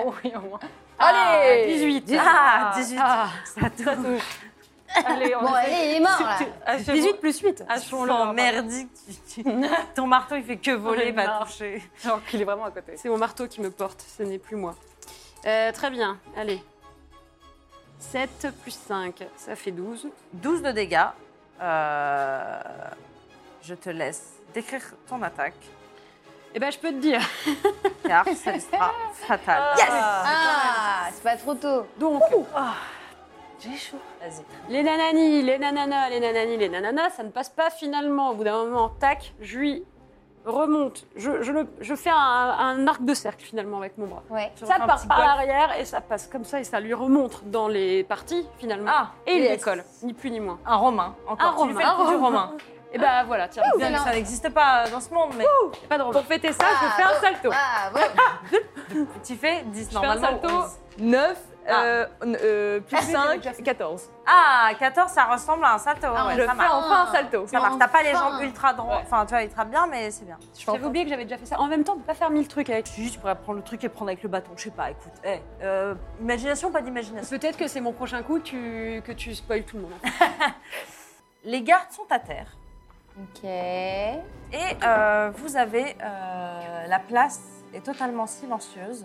S3: Oh, oui, au moins.
S5: Allez 18.
S1: Ah, 18.
S5: Ah,
S1: Ça touche.
S3: Allez, on
S4: Bon,
S3: essaie.
S4: allez, il est mort, là.
S3: Achevons-
S5: 18 plus 8.
S3: Achevons-le.
S1: Sans
S3: hein,
S1: merdique. tu- tu- Ton marteau, il fait que voler,
S5: J'en ai
S1: pas
S5: marre.
S1: toucher.
S3: Alors qu'il est vraiment à côté.
S5: C'est mon marteau qui me porte, ce n'est plus moi. Euh, très bien, allez. 7 plus 5, ça fait 12.
S1: 12 de dégâts. Euh, Je te laisse décrire ton attaque,
S5: Eh ben, je peux te dire.
S1: car celle sera fatale.
S4: Ah, c'est pas trop
S1: Bah,
S4: tôt.
S5: Donc,
S1: J'ai chaud. Vas-y.
S5: les nananis, les nananas, les nananis, les nananas, ça ne passe pas finalement. Au bout d'un moment, tac, je lui remonte. Je, je le- je fais un, un arc de cercle finalement avec mon bras.
S4: Ouais.
S1: Tu
S5: Ça
S1: refais un
S5: part
S1: petit
S5: par
S1: golf.
S5: l'arrière et ça passe comme ça et ça lui remonte dans les parties finalement.
S1: Ah,
S5: et il
S1: yes.
S5: décolle, ni plus ni moins.
S1: Un romain. Encore.
S5: Un
S1: tu lui
S5: romain,
S1: fais le
S5: un
S1: coup du
S5: romain.
S1: romain.
S5: Et ben voilà, tiens,
S1: Bien,
S5: bien,
S1: ça n'existe pas euh, dans ce monde, mais
S5: pas de Pour fêter ça, je
S4: Ah,
S5: fais un
S4: bon.
S5: salto.
S4: Ah, bon.
S1: tu fais 10
S5: Je fais un
S1: normalement.
S5: salto.
S1: 11.
S2: 9,
S1: Ah.
S2: euh, euh, plus 5, 14.
S1: Ah, 14, ça ressemble à un salto. ouais,
S4: Ah,
S1: ouais,
S2: Je
S1: ça
S2: fais
S1: marche.
S2: enfin un salto.
S1: Ça marche. T'as pas les
S4: Enfin.
S1: jambes ultra droites. Enfin, tu vois, ultra bien, mais c'est bien.
S5: J'avais oublié que j'avais déjà fait ça. En même temps, on peut pas faire mille trucs avec.
S1: Tu, tu pourrais prendre le truc et prendre avec le bâton. Je sais pas, écoute. eh, euh, imagination, pas d'imagination.
S5: Peut-être que c'est mon prochain coup tu- que tu spoil tout le monde.
S1: Les gardes sont à terre.
S4: Ok.
S1: Et euh, vous avez euh, la place est totalement silencieuse.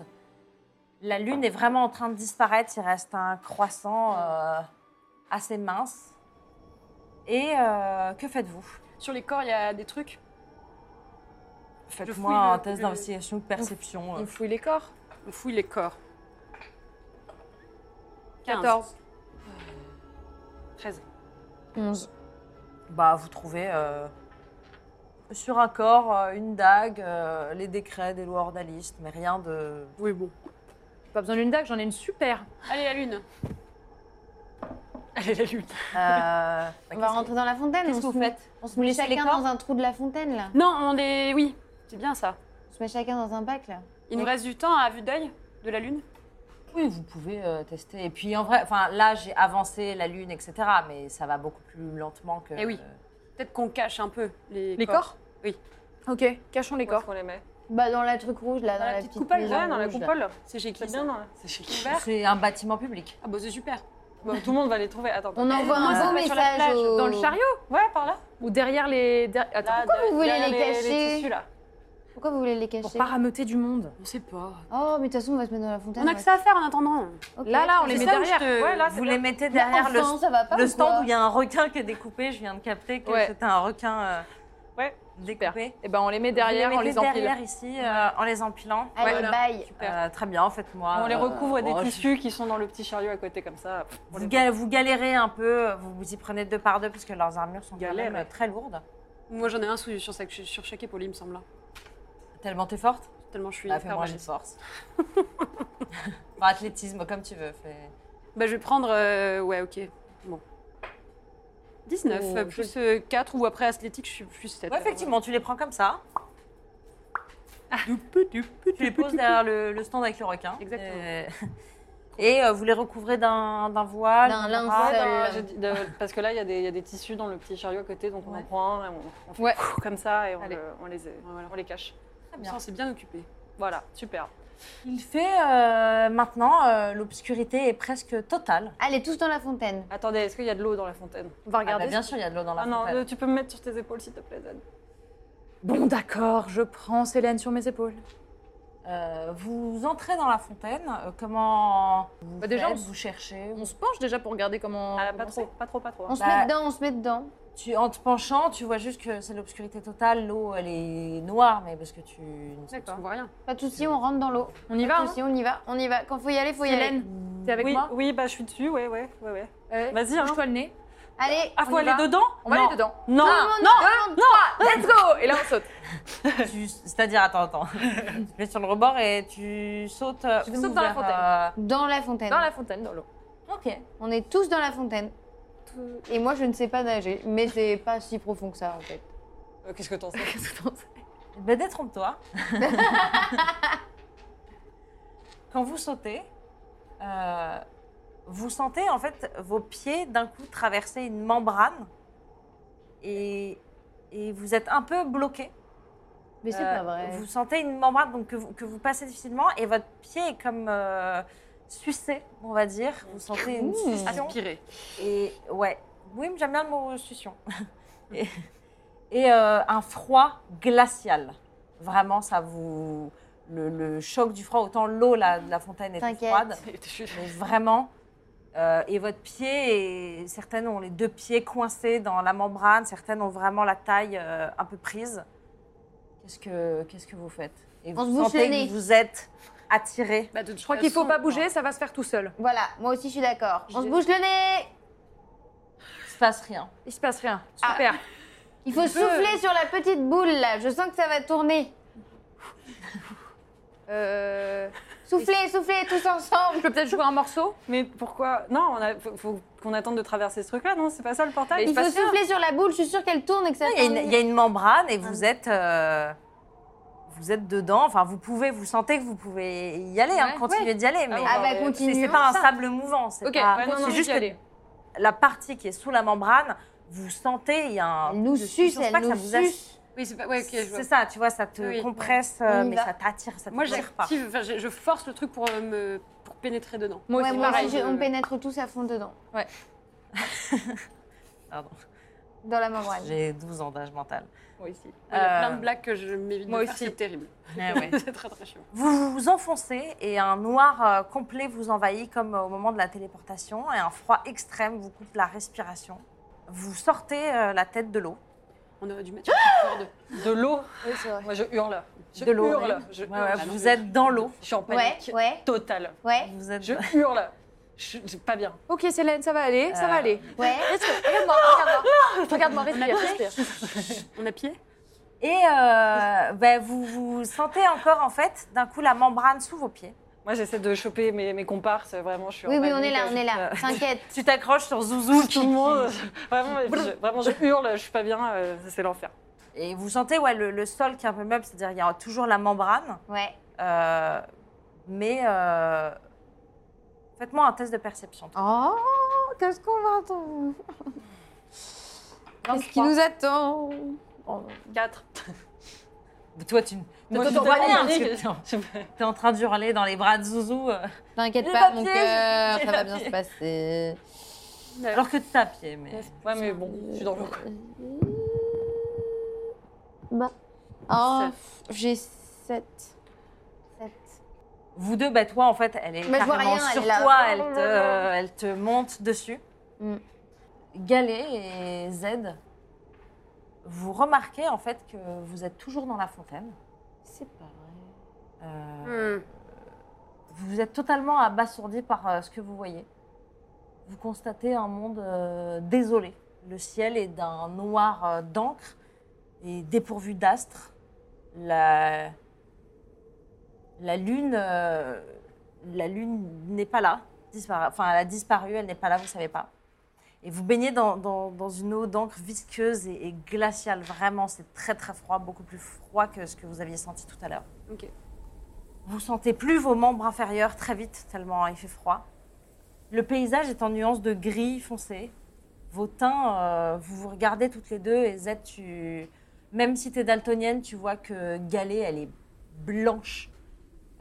S1: La lune est vraiment en train de disparaître. Il reste un croissant euh, assez mince. Et euh, que faites-vous
S5: Sur les corps, il y a des trucs.
S1: Faites-moi
S5: fouille le-
S1: un test
S5: le-
S1: d'investigation de perception. euh.
S2: On fouille les corps.
S5: On fouille les corps. 15.
S2: 14.
S5: 13.
S4: 11.
S1: Bah, vous trouvez euh, sur un corps euh, une dague, euh, les décrets des lois ordalistes, mais rien de. euh,
S5: Oui, bon.
S2: Pas besoin d'une dague, j'en ai une super.
S5: Allez, la lune.
S3: Allez, la lune.
S1: Euh,
S4: On va rentrer dans la fontaine.
S1: Qu'est-ce
S4: on
S1: que
S4: se
S1: vous
S4: met-
S1: faites
S4: On se
S1: Vous
S4: met
S1: laissez les
S4: chacun
S1: corps
S4: dans un trou de la fontaine, là.
S5: Non, on est. Oui, c'est bien ça.
S4: On se met chacun dans un bac, là.
S5: Il nous reste du temps à vue d'œil de la lune.
S1: Oui, vous pouvez euh, tester. Et puis en vrai, enfin là, j'ai avancé la lune, etc. Mais ça va beaucoup plus lentement que. euh,
S5: Eh oui. Peut-être qu'on cache un peu les,
S2: Les corps
S5: Oui.
S2: Ok, cachons les
S3: Où est-ce
S2: corps.
S3: qu'on les met
S4: Bah, dans la truc rouge, là, dans,
S5: la
S4: la
S5: petite
S4: petite
S5: coupole,
S4: maison
S3: Ouais, dans la
S4: rouge.
S3: coupole.
S5: C'est chez qui
S3: C'est bien dans la-
S5: C'est chez qui Ouvert
S1: C'est un bâtiment public.
S5: Ah, bah c'est super.
S3: Bon, tout le monde va les trouver. Attends.
S4: On envoie
S2: Moi,
S4: un
S2: ça
S4: beau
S2: va sur la
S4: message
S2: plage,
S4: au-
S2: Dans le chariot
S3: Ouais, par là.
S2: Ou derrière les. der- Attends.
S3: Là,
S4: vous voulez
S3: derrière
S4: les cacher
S3: tissus, là.
S4: Pourquoi vous voulez les
S2: Pour
S4: cacher
S2: pas rameuter du monde.
S5: On sait pas.
S4: Oh, mais de toute façon, on va se mettre dans la fontaine.
S5: On a que ça à faire en attendant.
S2: Là, là, on les met derrière.
S5: Euh,
S8: Ouais,
S3: Ah,
S8: là, c'est
S1: Vous
S8: bien.
S1: les mettez derrière le,
S4: ça va pas
S1: le
S4: ou
S1: stand
S4: quoi
S1: où il y a un requin qui est découpé. Je viens de capter que
S2: Ouais.
S1: c'était un requin euh,
S2: Ouais,
S1: découpé.
S2: Et ben, on les met
S1: Vous
S2: derrière, on
S1: mettez
S2: les empile.
S1: derrière ici euh, en les empilant.
S4: Allez,
S1: Voilà.
S4: bye.
S1: Euh, très bien, faites-moi.
S3: On les
S1: euh,
S3: recouvre des
S1: oh, je-
S3: tissus qui sont dans le petit chariot à côté comme ça. Pff, on
S1: Vous,
S3: les-
S1: ga- vous galérez un peu, vous vous y prenez deux par deux parce que leurs armures sont quand
S3: Galère.
S1: même euh, très lourdes.
S5: Moi, j'en ai un sous, sur, chaque- sur chaque épaule, il me semble.
S1: Tellement t'es forte.
S5: Tellement je suis
S1: Bah,
S5: hyper
S1: fais-moi une
S5: balèze.
S1: force. Enfin, athlétisme, comme tu veux. fais-
S5: Bah, je vais prendre. euh, ouais, ok. Bon. 19,
S1: Oh,
S5: euh, plus euh, 4, ou après athlétique, je suis plus 7.
S1: Ouais, effectivement, tu les prends comme ça. Tu les poses derrière le, le stand avec le requin.
S5: Exactement.
S1: Et, et, euh, vous les recouvrez d'un d'un voile.
S4: D'un
S1: d'un
S4: linceul.
S1: drap.
S3: Ouais,
S4: Seul.
S3: non, j'ai dit de- parce que là, il y, a des- il y a des tissus dans le petit chariot à côté, donc on
S1: Ouais.
S3: en prend un, et on, on fait
S2: Ouais.
S3: pff, comme ça et on,
S2: Allez.
S3: le- on les, on les cache.
S1: Très bien.
S5: Ça, c'est bien occupé.
S3: Voilà, super.
S1: Il fait euh, maintenant, euh, l'obscurité est presque totale.
S4: Allez, tous dans la fontaine.
S3: Attendez, est-ce qu'il y a de l'eau dans la fontaine
S2: On va
S1: Ah bah,
S2: regarder.
S1: bien sûr, il y a de l'eau dans la
S3: Ah non,
S1: fontaine.
S3: euh, tu peux me mettre sur tes épaules, s'il te plaît, Zane.
S2: Bon, d'accord, je prends Célène sur mes épaules.
S1: Euh, vous entrez dans la fontaine. euh, comment vous
S2: Bah, déjà,
S1: faites,
S2: on s-
S1: vous cherchez
S2: On se penche déjà pour regarder comment.
S3: Ah, pas
S2: comment
S3: trop, pas trop, pas trop. hein.
S4: On se
S1: Bah-
S4: met dedans, on se met dedans.
S1: Tu, en te penchant, tu vois juste que c'est l'obscurité totale. L'eau, elle est noire, mais parce que tu ne sais
S5: On voit rien.
S4: Pas de soucis, on rentre dans l'eau.
S2: c'est. On y va.
S4: Pas de
S2: Hein.
S4: soucis, on y va, on y va. Quand faut y aller, faut y aller.
S2: Célène, t'es avec
S3: oui,
S2: moi
S3: oui, bah je suis dessus, ouais, ouais, ouais, ouais.
S1: Euh,
S3: Vas-y, hein.
S2: Bouge-toi le nez.
S4: Allez,
S3: Ah,
S2: On
S3: faut
S2: y
S3: aller
S2: va
S3: dedans
S2: On va aller dedans.
S3: Non,
S1: Ah,
S2: Un, deux, trois, let's go Et là, on saute.
S1: Tu- C'est-à-dire, attends, attends. tu te mets sur le rebord et tu sautes. euh,
S2: Je
S1: où
S2: saute dans la
S1: vers, euh,
S4: dans la fontaine.
S2: Dans la fontaine, dans l'eau.
S1: Ok.
S4: On est tous dans la fontaine. Et moi, je ne sais pas nager, mais c'est pas si profond que ça, en fait.
S3: Euh, Qu'est-ce que t'en sais
S1: Ben, détrompe-toi. Quand vous sautez, euh, vous sentez en fait vos pieds d'un coup traverser une membrane et, et vous êtes un peu bloqué.
S4: Mais c'est
S1: Euh,
S4: pas vrai.
S1: Vous sentez une membrane donc, que, vous, que vous passez difficilement et votre pied est comme euh, sucé, on va dire. Vous sentez une succion.
S5: Aspiré.
S1: Et ouais, oui, mais j'aime bien le mot succion. et et, euh, un froid glacial. Vraiment, ça vous. Le, le choc du froid, autant l'eau là, de la fontaine était
S4: T'inquiète.
S1: froide, mais vraiment. euh, et votre pied, est- certaines ont les deux pieds coincés dans la membrane, certaines ont vraiment la taille euh, un peu prise. Qu'est-ce que, qu'est-ce que vous faites Et vous
S4: On se bouche le
S1: sentez
S4: nez.
S1: que vous êtes attiré.
S5: Bah, de toute
S2: Je crois qu'il faut pas bouger, ça va se faire tout seul.
S4: Voilà, moi aussi, je suis d'accord. On se
S2: Je-
S4: bouge le nez
S1: Il se passe rien.
S2: Il se passe rien. Super.
S4: Il faut souffler sur la petite boule, là. Je sens que ça va tourner.
S2: Euh,
S4: Soufflez, soufflez, tous ensemble
S2: Je peux Oh, peut-être jouer un morceau
S3: Mais pourquoi Non, on a... faut, faut qu'on attende de traverser ce truc-là, non C'est pas ça le portail
S2: Mais-
S4: Il
S2: se
S4: faut
S2: passe rien.
S4: souffler sur la boule, je suis sûre qu'elle tourne et que ça
S1: Il y a une-
S4: tourne.
S1: il y, a une membrane et
S4: Ah.
S1: vous êtes, euh, vous êtes dedans. Enfin, vous pouvez, vous sentez que vous pouvez y aller, hein,
S2: Ouais,
S1: continuer d'y aller. Mais euh,
S4: Ah bah,
S1: c'est c'est
S4: continue.
S1: pas un sable mouvant. C'est
S2: Ok,
S1: pas-
S2: ouais, non,
S1: c'est
S2: non,
S1: juste
S2: y aller.
S1: que la partie qui est sous la membrane, vous sentez, il y a un.
S4: Elle nous
S1: je- je
S4: suce,
S1: pense
S4: elle
S1: pas que ça
S4: nous
S1: vous ass-
S4: suce.
S5: Oui, c'est pas. Ouais, ok, je vois.
S1: C'est ça, tu vois, ça te
S5: Oui, oui.
S1: compresse, euh,
S4: On y
S1: mais
S4: va.
S1: ça t'attire, ça te
S5: Moi,
S1: tire pas.
S5: j'active, enfin, je, je force le truc pour, euh, me, pour pénétrer dedans.
S2: Moi aussi,
S4: Ouais, moi
S2: pareil.
S4: aussi, je-
S2: je-
S4: on pénètre tous à fond dedans.
S2: Ouais.
S1: Pardon.
S4: Dans la membrane.
S1: J'ai 12 ans d'âge mental.
S3: Moi aussi.
S5: Il y a plein
S1: Euh,
S5: de blagues que je m'évite
S2: moi
S5: de faire,
S2: aussi.
S5: c'est terrible.
S1: Ouais, ouais.
S5: c'est très très chiant.
S1: Vous vous enfoncez et un noir euh, complet vous envahit comme euh, au moment de la téléportation et un froid extrême vous coupe la respiration. Vous sortez euh, la tête de l'eau.
S5: On aurait dû mettre
S2: Ah
S5: une corde.
S3: De l'eau
S4: Oui, c'est vrai.
S3: Moi, je hurle. Je
S1: De l'eau.
S3: hurle. Je
S1: Ouais, ouais,
S3: hurle.
S1: vous êtes dans l'eau.
S3: bah Je suis en
S4: Ouais,
S3: panique
S4: ouais,
S3: totale.
S4: ouais,
S1: Vous êtes
S3: Je hurle. Je je- pas bien.
S2: Ok, Célène, ça va aller, ça va
S1: Euh,
S2: aller.
S4: ouais.
S2: Regarde-moi, regarde-moi. Regarde-moi, respire, respire.
S5: On a pied
S1: et euh, ben, vous vous sentez encore en fait d'un coup la membrane sous vos pieds.
S3: Moi, j'essaie de choper mes, mes comparses. Vraiment, je suis
S4: Oui,
S3: en
S4: oui, on
S3: panique.
S4: est là, on est
S1: euh,
S4: là. T'inquiète.
S1: Tu t'accroches sur Zouzou
S3: Tout le monde. Vraiment, je, vraiment, je hurle. Je suis pas bien. euh, c'est l'enfer.
S1: et vous sentez ouais le, le sol qui est un peu meuble, c'est-à-dire il y a toujours la membrane,
S4: Ouais.
S1: Euh, mais euh, faites-moi un test de perception.
S4: Oh, qu'est-ce qu'on va attendre Qu'est-ce qui nous attend
S3: 4.
S1: Toi tu toi,
S3: Moi, je
S1: t'en
S3: suis
S1: vois
S3: tellement
S1: rien,
S3: en
S1: parce que
S3: panique.
S1: t'es en- T'es en train de hurler dans les bras de Zouzou euh,
S4: T'inquiète
S1: J'ai pas
S4: pas, mon
S1: pied,
S4: cœur,
S1: j'ai
S4: ça
S1: pas
S4: va bien
S1: pied.
S4: se passer.
S1: alors que tu t'as pied. Mais...
S3: Ouais, mais bon, je suis dans l'eau. quoi.
S4: Bah, Oh, j'ai 7. 7.
S1: Vous deux, bah, toi, en fait, elle est
S4: Mais je vois
S1: carrément
S4: rien, elle
S1: sur
S4: est là.
S1: toi, elle te, euh, elle te monte dessus.
S4: Mm.
S1: Galet et Z, vous remarquez en fait que vous êtes toujours dans la fontaine.
S4: C'est pas vrai.
S1: Euh, Vous êtes totalement abasourdi par euh, ce que vous voyez. Vous constatez un monde euh, désolé. Le ciel est d'un noir euh, d'encre et dépourvu d'astres. La... la lune, euh, la lune n'est pas là. Dispara- Enfin, elle a disparu. Elle n'est pas là. Vous savez pas. Et vous baignez dans, dans- dans une eau d'encre visqueuse et, et glaciale. Vraiment, c'est très très froid, beaucoup plus froid que ce que vous aviez senti tout à l'heure.
S5: Ok.
S1: Vous sentez plus vos membres inférieurs très vite, tellement hein, il fait froid. Le paysage est en nuances de gris foncé. Vos teints, euh, vous vous regardez toutes les deux et Z, tu... même si tu es daltonienne, tu vois que Galet, elle est blanche.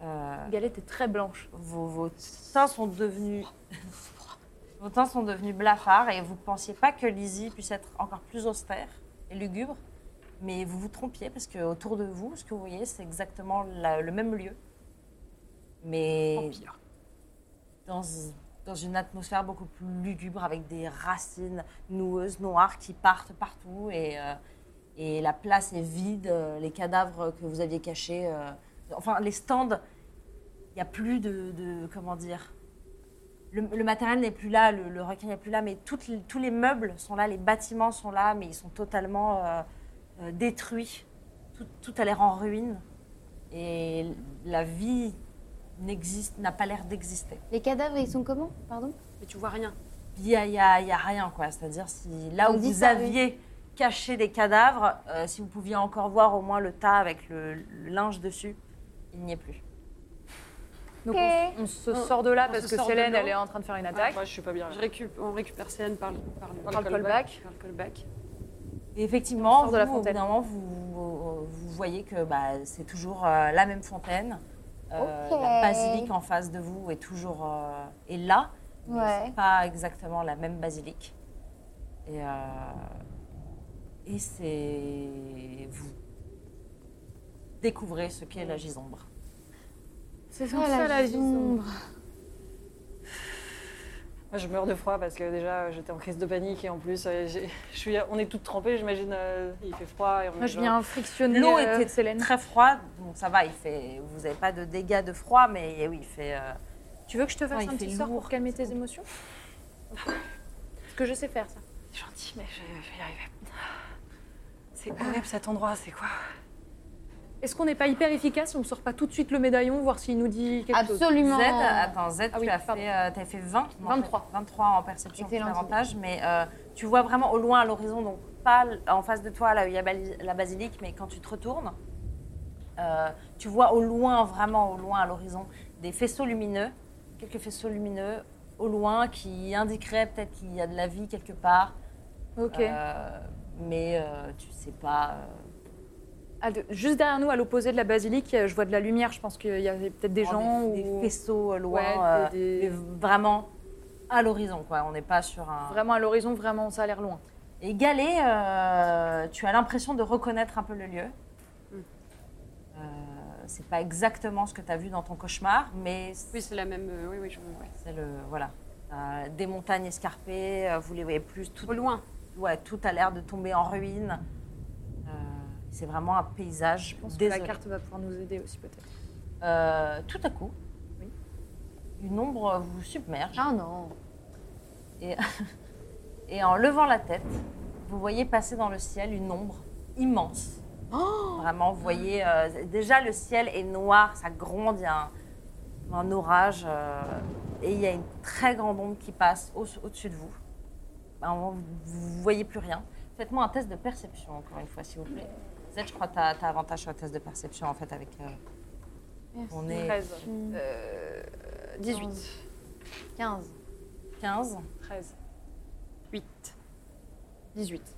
S1: Euh,
S2: Galette est très blanche.
S1: vos, vos teints sont devenus vos teints sont devenus blafards et vous ne pensiez pas que Lizzie puisse être encore plus austère et lugubre, mais vous vous trompiez parce que autour de vous, ce que vous voyez, c'est exactement la- le même lieu, mais
S2: hein.
S1: dans, dans une atmosphère beaucoup plus lugubre avec des racines noueuses noires qui partent partout et euh, et la place est vide, euh, les cadavres que vous aviez cachés, euh, enfin les stands il n'y a plus de, de- comment dire le, le matériel n'est plus là le, le requin n'est plus là mais toutes les- tous les meubles sont là les bâtiments sont là mais ils sont totalement euh, euh, détruits tout, tout a l'air en ruine et la vie n'existe n'a pas l'air d'exister
S4: Les cadavres, ils sont comment Pardon
S5: Mais tu vois rien.
S1: il n'y a, il y a- il y a rien quoi c'est à dire si là
S4: Ils
S1: où
S4: ont
S1: vous
S4: disparu.
S1: aviez caché des cadavres euh, si vous pouviez encore voir au moins le tas avec le, le linge dessus il n'y est plus
S2: Donc
S4: Eh.
S2: on, on se sort de là
S5: On
S2: parce
S5: se
S2: que
S5: sort de
S2: Célène,
S5: l'eau.
S2: elle est en train de faire une attaque.
S3: Moi, je suis pas bien.
S5: Je récup- on récupère Célène par, le- par, le-
S2: Par le callback.
S5: Par le callback.
S1: Et effectivement,
S2: sort
S1: vous,
S2: de la
S1: au bout
S2: fontaine.
S1: d'un moment, vous, vous- vous voyez que bah, c'est toujours euh, la même fontaine. Euh,
S4: Ok.
S1: La basilique en face de vous est toujours euh, est là, mais
S4: Ouais.
S1: c'est pas exactement la même basilique. Et, euh, et c'est vous découvrez ce qu'est la gisombre.
S2: C'est
S4: Oh, la gisombre.
S3: Moi, je meurs de froid parce que déjà, euh, j'étais en crise de panique et en plus, euh, j'ai- je suis, on est toutes trempées, j'imagine. euh, il fait froid et on
S2: Moi,
S3: est
S2: je
S3: genre-
S2: viens frictionner
S1: L'eau
S2: euh,
S1: était
S2: Célène.
S1: très froide, donc ça va. Il fait, vous n'avez pas de dégâts de froid, mais oui, il fait. euh,
S2: Tu veux que je te
S1: Ah,
S2: fasse
S1: il
S2: un
S1: fait
S2: petit sort
S1: lourd.
S2: pour calmer tes émotions Ce que je sais faire, ça.
S3: C'est gentil, mais je, je vais y arriver. C'est horrible cet endroit, c'est quoi
S2: Est-ce qu'on n'est pas hyper efficace si on sort pas tout de suite le médaillon, voir s'il nous dit quelque chose
S4: Absolument.
S1: Z, attends, Z,
S2: Ah
S1: tu
S2: oui,
S1: as
S2: pardon.
S1: fait, euh, t'as fait 20 non,
S2: 23.
S1: 23 en perception
S4: Excellente
S1: plus avantage, mais euh, tu vois vraiment au loin à l'horizon, donc pas l- en face de toi là où il y a bali- la basilique, mais quand tu te retournes, euh, tu vois au loin, vraiment au loin à l'horizon, des faisceaux lumineux, quelques faisceaux lumineux au loin qui indiqueraient peut-être qu'il y a de la vie quelque part,
S2: Ok.
S1: euh, mais euh, tu sais pas. euh,
S2: Ah, de- juste derrière nous, à l'opposé de la basilique, euh, je vois de la lumière. Je pense qu'il y avait peut-être des gens
S1: Oh, des,
S2: ou
S1: des faisceaux euh, loin,
S2: Ouais,
S1: euh,
S2: des- des-
S1: mais vraiment à l'horizon quoi. On n'est pas sur un.
S2: vraiment à l'horizon. Vraiment, ça a l'air loin.
S1: Et Galet, euh, tu as l'impression de reconnaître un peu le lieu.
S2: Hmm.
S1: Euh, c'est pas exactement ce que tu as vu dans ton cauchemar, mais
S5: Oui, c'est la même. euh, oui, oui, je ouais.
S1: c'est le voilà. Euh, des montagnes escarpées, euh, vous les voyez plus, tout,
S5: Au loin.
S1: ouais, tout a l'air de tomber en ruine. Euh, c'est vraiment un paysage
S2: Je pense que
S1: désolé.
S2: la carte va pouvoir nous aider aussi peut-être.
S1: Euh, tout à coup,
S2: Oui.
S1: une ombre vous submerge.
S4: Ah non.
S1: Et en levant la tête, vous voyez passer dans le ciel une ombre immense. Vraiment, vous voyez, euh, déjà le ciel est noir, ça gronde, il y a un, un orage. euh, et il y a une très grande ombre qui passe au- au-dessus de vous. À un moment, vous ne voyez plus rien. Faites-moi un test de perception, encore une fois, s'il vous plaît. Z, je crois que tu as, avantage sur le test de perception, en fait, avec... euh, on est
S2: 13.
S5: 18.
S4: 15.
S1: 15.
S2: 13.
S5: 8.
S2: 18.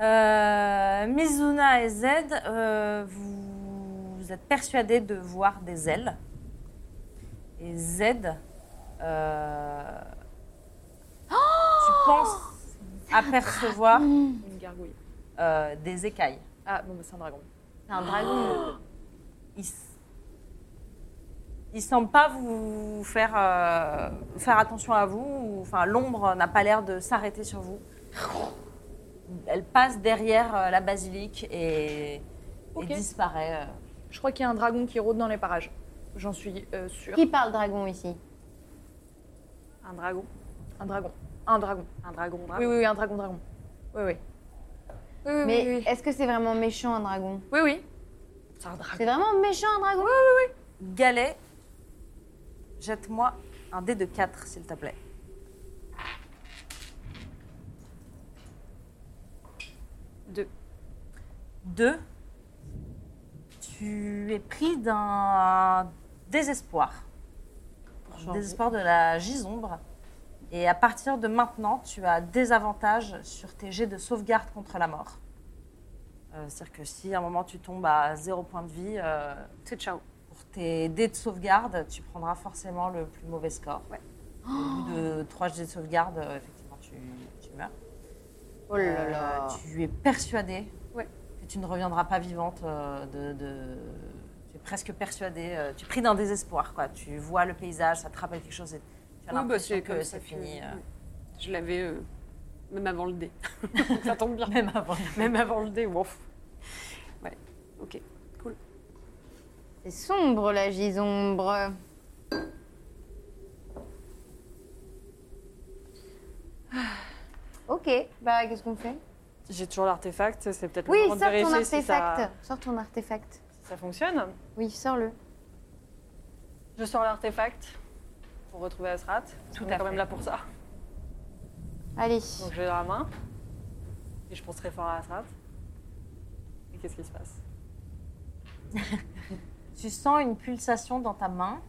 S1: Euh, Mizuna et Z, euh, vous, vous êtes persuadés de voir des ailes. Et Z, euh, tu penses apercevoir
S2: Une gargouille.
S1: euh, des écailles.
S2: Ah bon, bah, c'est un dragon.
S1: C'est un dragon. Il, s- il semble pas vous faire, euh, faire attention à vous. ou- Enfin, l'ombre n'a pas l'air de s'arrêter sur vous. Elle passe derrière euh, la basilique et, et
S2: Ok.
S1: disparaît. euh.
S2: Je crois qu'il y a un dragon qui rôde dans les parages. J'en suis euh, sûre.
S4: Qui parle dragon ici
S3: Un dragon.
S2: Un dragon. Un dragon.
S3: Un dragon, dragon.
S2: Oui, oui, oui, un dragon, dragon. Oui, oui. Ah Oui, oui,
S4: Mais
S2: oui, oui.
S4: est-ce que c'est vraiment méchant un dragon
S2: Oui, oui.
S4: C'est vraiment méchant un dragon
S1: Galet, jette-moi un dé de 4, s'il te plaît. Deux. Deux. Tu es pris d'un désespoir. Un désespoir de la gisombre. Et à partir de maintenant, tu as des avantages sur tes jets de sauvegarde contre la mort. Euh, C'est-à-dire que si à un moment tu tombes à zéro point de vie, euh,
S5: C'est ciao.
S1: pour tes dés de sauvegarde, tu prendras forcément le plus mauvais score. Au bout de trois dés de sauvegarde, euh, effectivement, tu, tu meurs.
S4: Oh là là.
S1: Euh, tu es persuadée
S5: Ah. Ouais.
S1: que tu ne reviendras pas vivante euh, de. de- Tu es presque persuadée. euh, tu es pris d'un désespoir, quoi. Tu vois le paysage, ça te rappelle quelque chose et tu as
S5: Oui, bah,
S1: l'impression
S5: c'est
S1: que
S5: comme ça
S1: c'est
S5: que-
S1: fini. euh,
S5: Je l'avais euh, même avant le dé. ça tombe bien.
S1: même avant.
S5: Même avant le dé, ouf. Ouais, ok.
S4: C'est sombre la gisombre. Ok, bah qu'est-ce qu'on fait
S3: J'ai toujours l'artefact, c'est peut-être
S4: Oui,
S3: le moment
S4: sors
S3: de
S4: ton
S3: vérifier
S4: artefact.
S3: si ça,
S4: Sors ton artefact.
S3: si ça fonctionne.
S4: Oui, sors-le.
S3: Je sors l'artefact pour retrouver Asrat. Tout est quand même là pour ça.
S4: Allez.
S3: Donc je l'ai dans la main. Et je pense très fort à Asrat. Et qu'est-ce qui se passe
S1: Tu sens une pulsation dans ta main.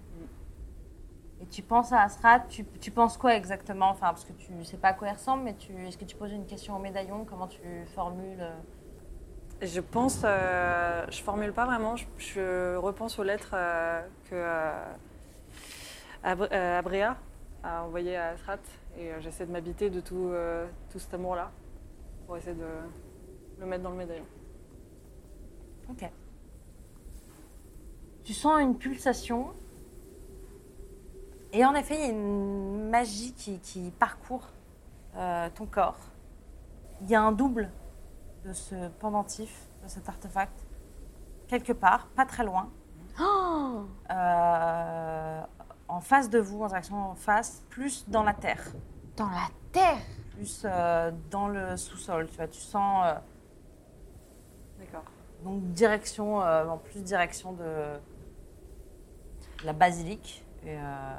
S1: Et tu penses à Asrat, tu, tu penses quoi exactement Enfin, parce que tu sais pas à quoi il ressemble, mais tu, est-ce que tu poses une question au médaillon Comment tu formules euh,
S3: Je pense, euh, je formule pas vraiment, je, je repense aux lettres euh, que euh, Ab- euh, Abrea a envoyées à Asrat et euh, j'essaie de m'habiter de tout, euh, tout cet amour-là pour essayer de le mettre dans le médaillon.
S1: Tu sens une pulsation. Et en effet, il y a une magie qui, qui parcourt euh, ton corps. Il y a un double de ce pendentif, de cet artefact, quelque part, pas très loin. Euh, en face de vous, en direction en face, plus dans la terre
S4: Dans la terre
S1: plus euh, dans le sous-sol. Tu vois, tu sens. euh,
S3: D'accord.
S1: Donc direction, euh, en plus direction de la basilique. Et, euh,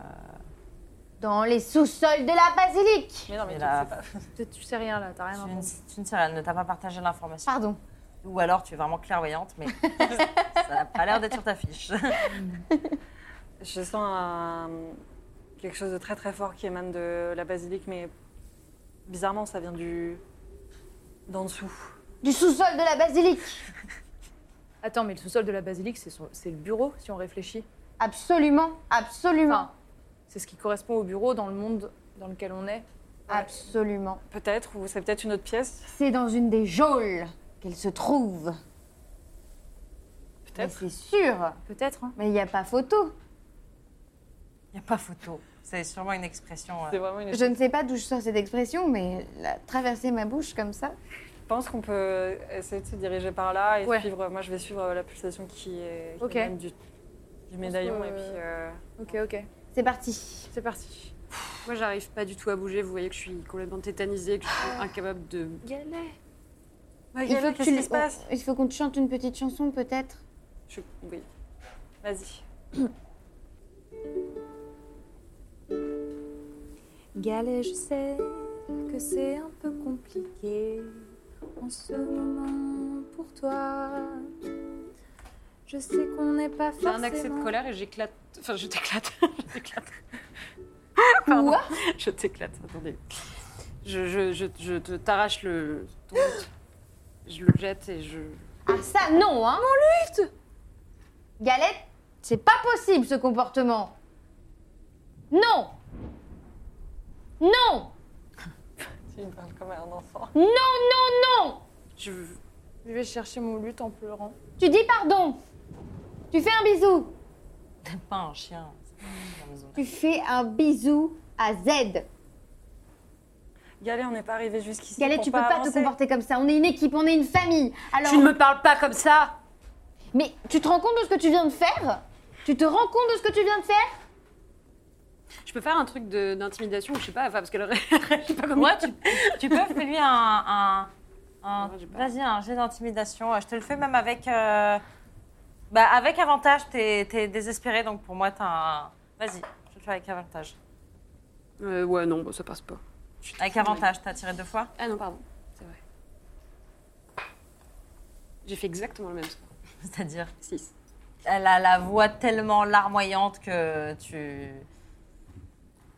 S4: Dans les sous-sols de la basilique
S3: Mais non, mais
S1: Et
S3: tu
S1: la-
S3: le sais pas.
S2: Peut-être tu sais rien là, t'as
S1: tu,
S2: rien entendu.
S1: ne- tu ne sais rien, elle ne t'as pas partagé l'information.
S4: Pardon.
S1: Ou alors tu es vraiment clairvoyante, mais ça n'a pas l'air d'être sur ta fiche.
S3: Je sens un- quelque chose de très très fort qui émane de la basilique, mais bizarrement ça vient du d'en dessous.
S4: Du sous-sol de la basilique
S2: Attends, mais le sous-sol de la basilique, c'est son- c'est le bureau, si on réfléchit.
S4: Absolument, absolument,
S2: Enfin, c'est ce qui correspond au bureau dans le monde dans lequel on est.
S4: absolument.
S3: Peut-être, ou c'est peut-être une autre pièce.
S4: C'est dans une des geôles qu'elle se trouve. Mais
S3: Peut-être.
S4: c'est sûr,
S2: Peut-être, hein.
S4: mais il n'y a pas photo.
S1: Il n'y a pas photo. C'est sûrement une expression. euh,
S3: C'est vraiment une.
S4: Je ne sais pas d'où je sors cette expression, mais la traverser ma bouche comme ça.
S3: Je pense qu'on peut essayer de se diriger par là et
S2: Ouais.
S3: suivre. Moi, je vais suivre euh, la pulsation qui est, qui
S2: Ok.
S3: émane du, du médaillon
S2: que-
S3: et puis. euh,
S2: Ok, ok.
S4: C'est parti.
S2: C'est parti.
S5: Moi, j'arrive pas du tout à bouger. Vous voyez que je suis complètement tétanisée, que je suis incapable de.
S2: Galet.
S3: Ouais,
S4: Il
S3: Gaëlle,
S4: faut, que
S3: qu'est-ce
S4: tu-
S3: qui se passe
S4: on- il faut qu'on te chante une petite chanson peut-être.
S3: Je- Oui. Vas-y.
S9: Galet, je sais que c'est un peu compliqué en ce moment pour toi. Je sais qu'on n'est pas
S5: J'ai
S9: forcément...
S5: un accès de colère et j'éclate. Enfin, je t'éclate. je t'éclate. Pardon.
S4: Quoi
S5: Je t'éclate. Attendez. Je, je, je, je te t'arrache le. ton luth. Je le jette et je.
S4: Ah ça non, hein Mon lutte Galette, c'est pas possible ce comportement. Non Non
S3: Tu me parles comme un enfant.
S4: Non, non, non
S5: Je,
S2: Je vais chercher mon luth en pleurant.
S4: Tu dis pardon. Tu fais un bisou.
S1: T'es pas un chien.
S4: Tu fais un bisou à Z.
S3: Galet, on n'est pas arrivé jusqu'ici.
S4: Galet,
S3: pour
S4: tu peux pas te
S3: avancer.
S4: comporter comme ça. On est une équipe, on est une famille. Alors,
S5: Tu ne me parles pas Ah, comme ça
S4: Mais tu te rends compte de ce que tu viens de faire Tu te rends compte de ce que tu viens de faire
S5: Je peux faire un truc de- d'intimidation, je sais pas, enfin, parce qu'elle réagit pas comme
S1: Ouais, tu, tu peux fais lui un, un- un-
S5: Ouais, j'ai pas.
S1: vas-y un jet d'intimidation. Je te le fais même avec euh, bah, avec avantage. T'es es désespéré donc pour moi t'as un vas-y. Je te le fais avec avantage.
S5: Euh, ouais, non, bah, ça passe pas.
S1: Avec avantage, t'as tiré deux fois.
S5: Ah non, pardon, c'est vrai. J'ai fait exactement le même score.
S1: C'est-à-dire
S5: 6.
S1: elle a la voix tellement larmoyante que tu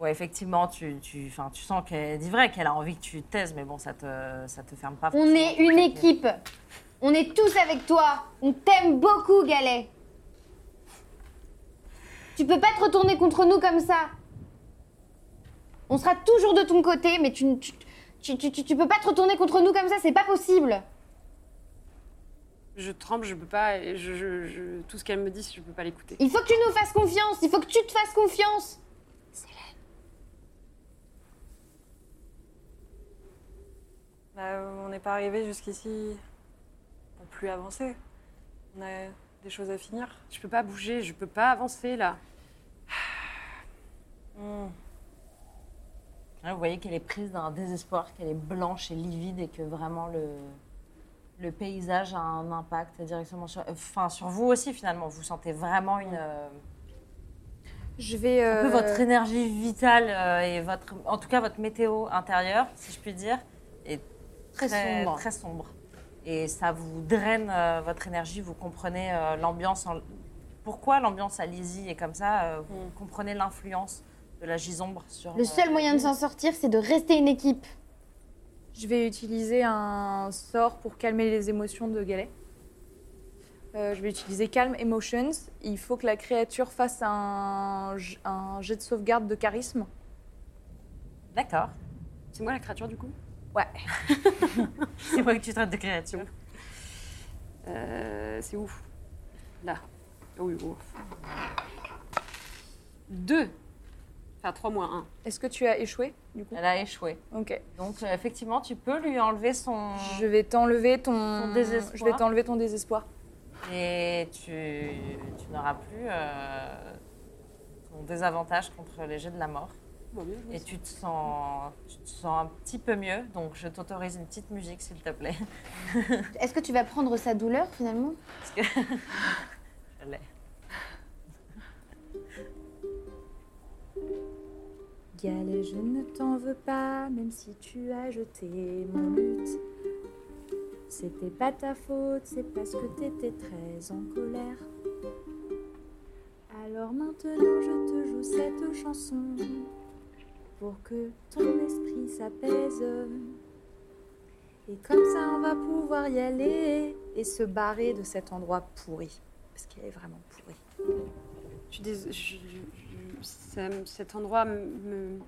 S1: ouais effectivement tu tu enfin tu sens qu'elle dit vrai qu'elle a envie que tu taises mais bon ça te ça te ferme pas.
S4: On est une équipe. On est tous avec toi. On t'aime beaucoup, Galet. Tu peux pas te retourner contre nous comme ça. On sera toujours de ton côté, mais tu, tu, tu, tu- tu- tu peux pas te retourner contre nous comme ça, c'est pas possible.
S5: Je tremble, je peux pas. et Je, je- je- tout ce qu'elle me dit, je peux pas l'écouter.
S4: Il faut que tu nous fasses confiance, il faut que tu te fasses confiance.
S3: Bah, euh, on n'est pas arrivé jusqu'ici pour plus avancer. On a des choses à finir.
S5: Je peux pas bouger, je peux pas avancer là.
S3: Hmm.
S1: Là, vous voyez qu'elle est prise d'un désespoir, qu'elle est blanche et livide et que vraiment le, le paysage a un impact directement sur, enfin, sur vous aussi finalement. Vous sentez vraiment une, euh,
S2: Je vais.
S1: un peu
S2: euh,
S1: votre énergie vitale euh, et votre, en tout cas votre météo intérieure, si je puis dire, est
S2: Très
S1: très,
S2: sombre.
S1: très sombre. Et ça vous draine euh, votre énergie, vous comprenez euh, l'ambiance. en- Pourquoi l'ambiance à Lizzie est comme ça euh, Vous comprenez l'influence de la gisombre sur... euh,
S4: Le seul moyen de s'en sortir, c'est de rester une équipe.
S2: Je vais utiliser un sort pour calmer les émotions de Galet. Euh, je vais utiliser Calm Emotions. Il faut que la créature fasse un, j- un jet de sauvegarde de charisme.
S1: D'accord.
S5: C'est moi la créature du coup
S1: C'est moi que tu traites de créature.
S5: Euh, C'est ouf. Là. Ah Oui, ouf. 2. Enfin, 3 moins 1.
S2: Est-ce que tu as échoué du coup
S1: Elle a échoué.
S2: Ok.
S1: Donc euh, effectivement, tu peux lui enlever son
S2: Je vais t'enlever ton...
S1: Ton désespoir.
S2: Je vais t'enlever ton désespoir.
S1: et tu, tu n'auras plus euh, ton désavantage contre les jets de la mort. Et tu te sens, tu te sens un petit peu mieux. Donc je t'autorise une petite musique, s'il te plaît.
S4: Est-ce que tu vas prendre sa douleur finalement
S1: Je l'ai.
S10: Galet, je ne t'en veux pas, même si tu as jeté mon but. C'était pas ta faute, c'est parce que t'étais très en colère. Alors maintenant, je te joue cette chanson pour que ton esprit s'apaise. Et comme ça, on va pouvoir y aller et se barrer de cet endroit pourri. Parce qu'il est vraiment pourri.
S5: Je suis dés- je- je- je- ça me- cet endroit me- me.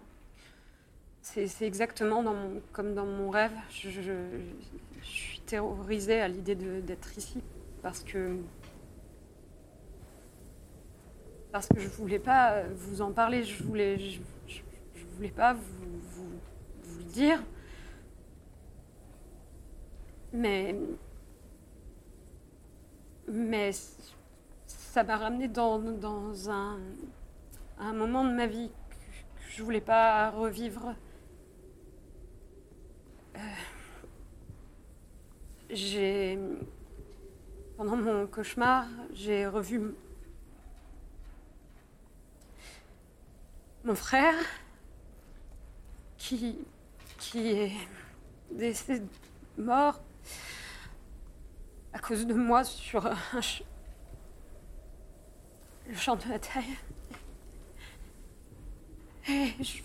S5: C'est c'est exactement dans mon- comme dans mon rêve. Je, je- je- je suis terrorisée à l'idée de- d'être ici parce que. Parce que je voulais pas vous en parler, je voulais, je, je- je voulais pas vous, vous- vous le dire. Mais. Mais ça m'a ramené dans, dans un, un moment de ma vie que, que je voulais pas revivre. Euh, j'ai. Pendant mon cauchemar, j'ai revu. m- Mon frère. Qui. Qui est. décédé mort. À cause de moi sur un, ch- le champ de bataille. Et je...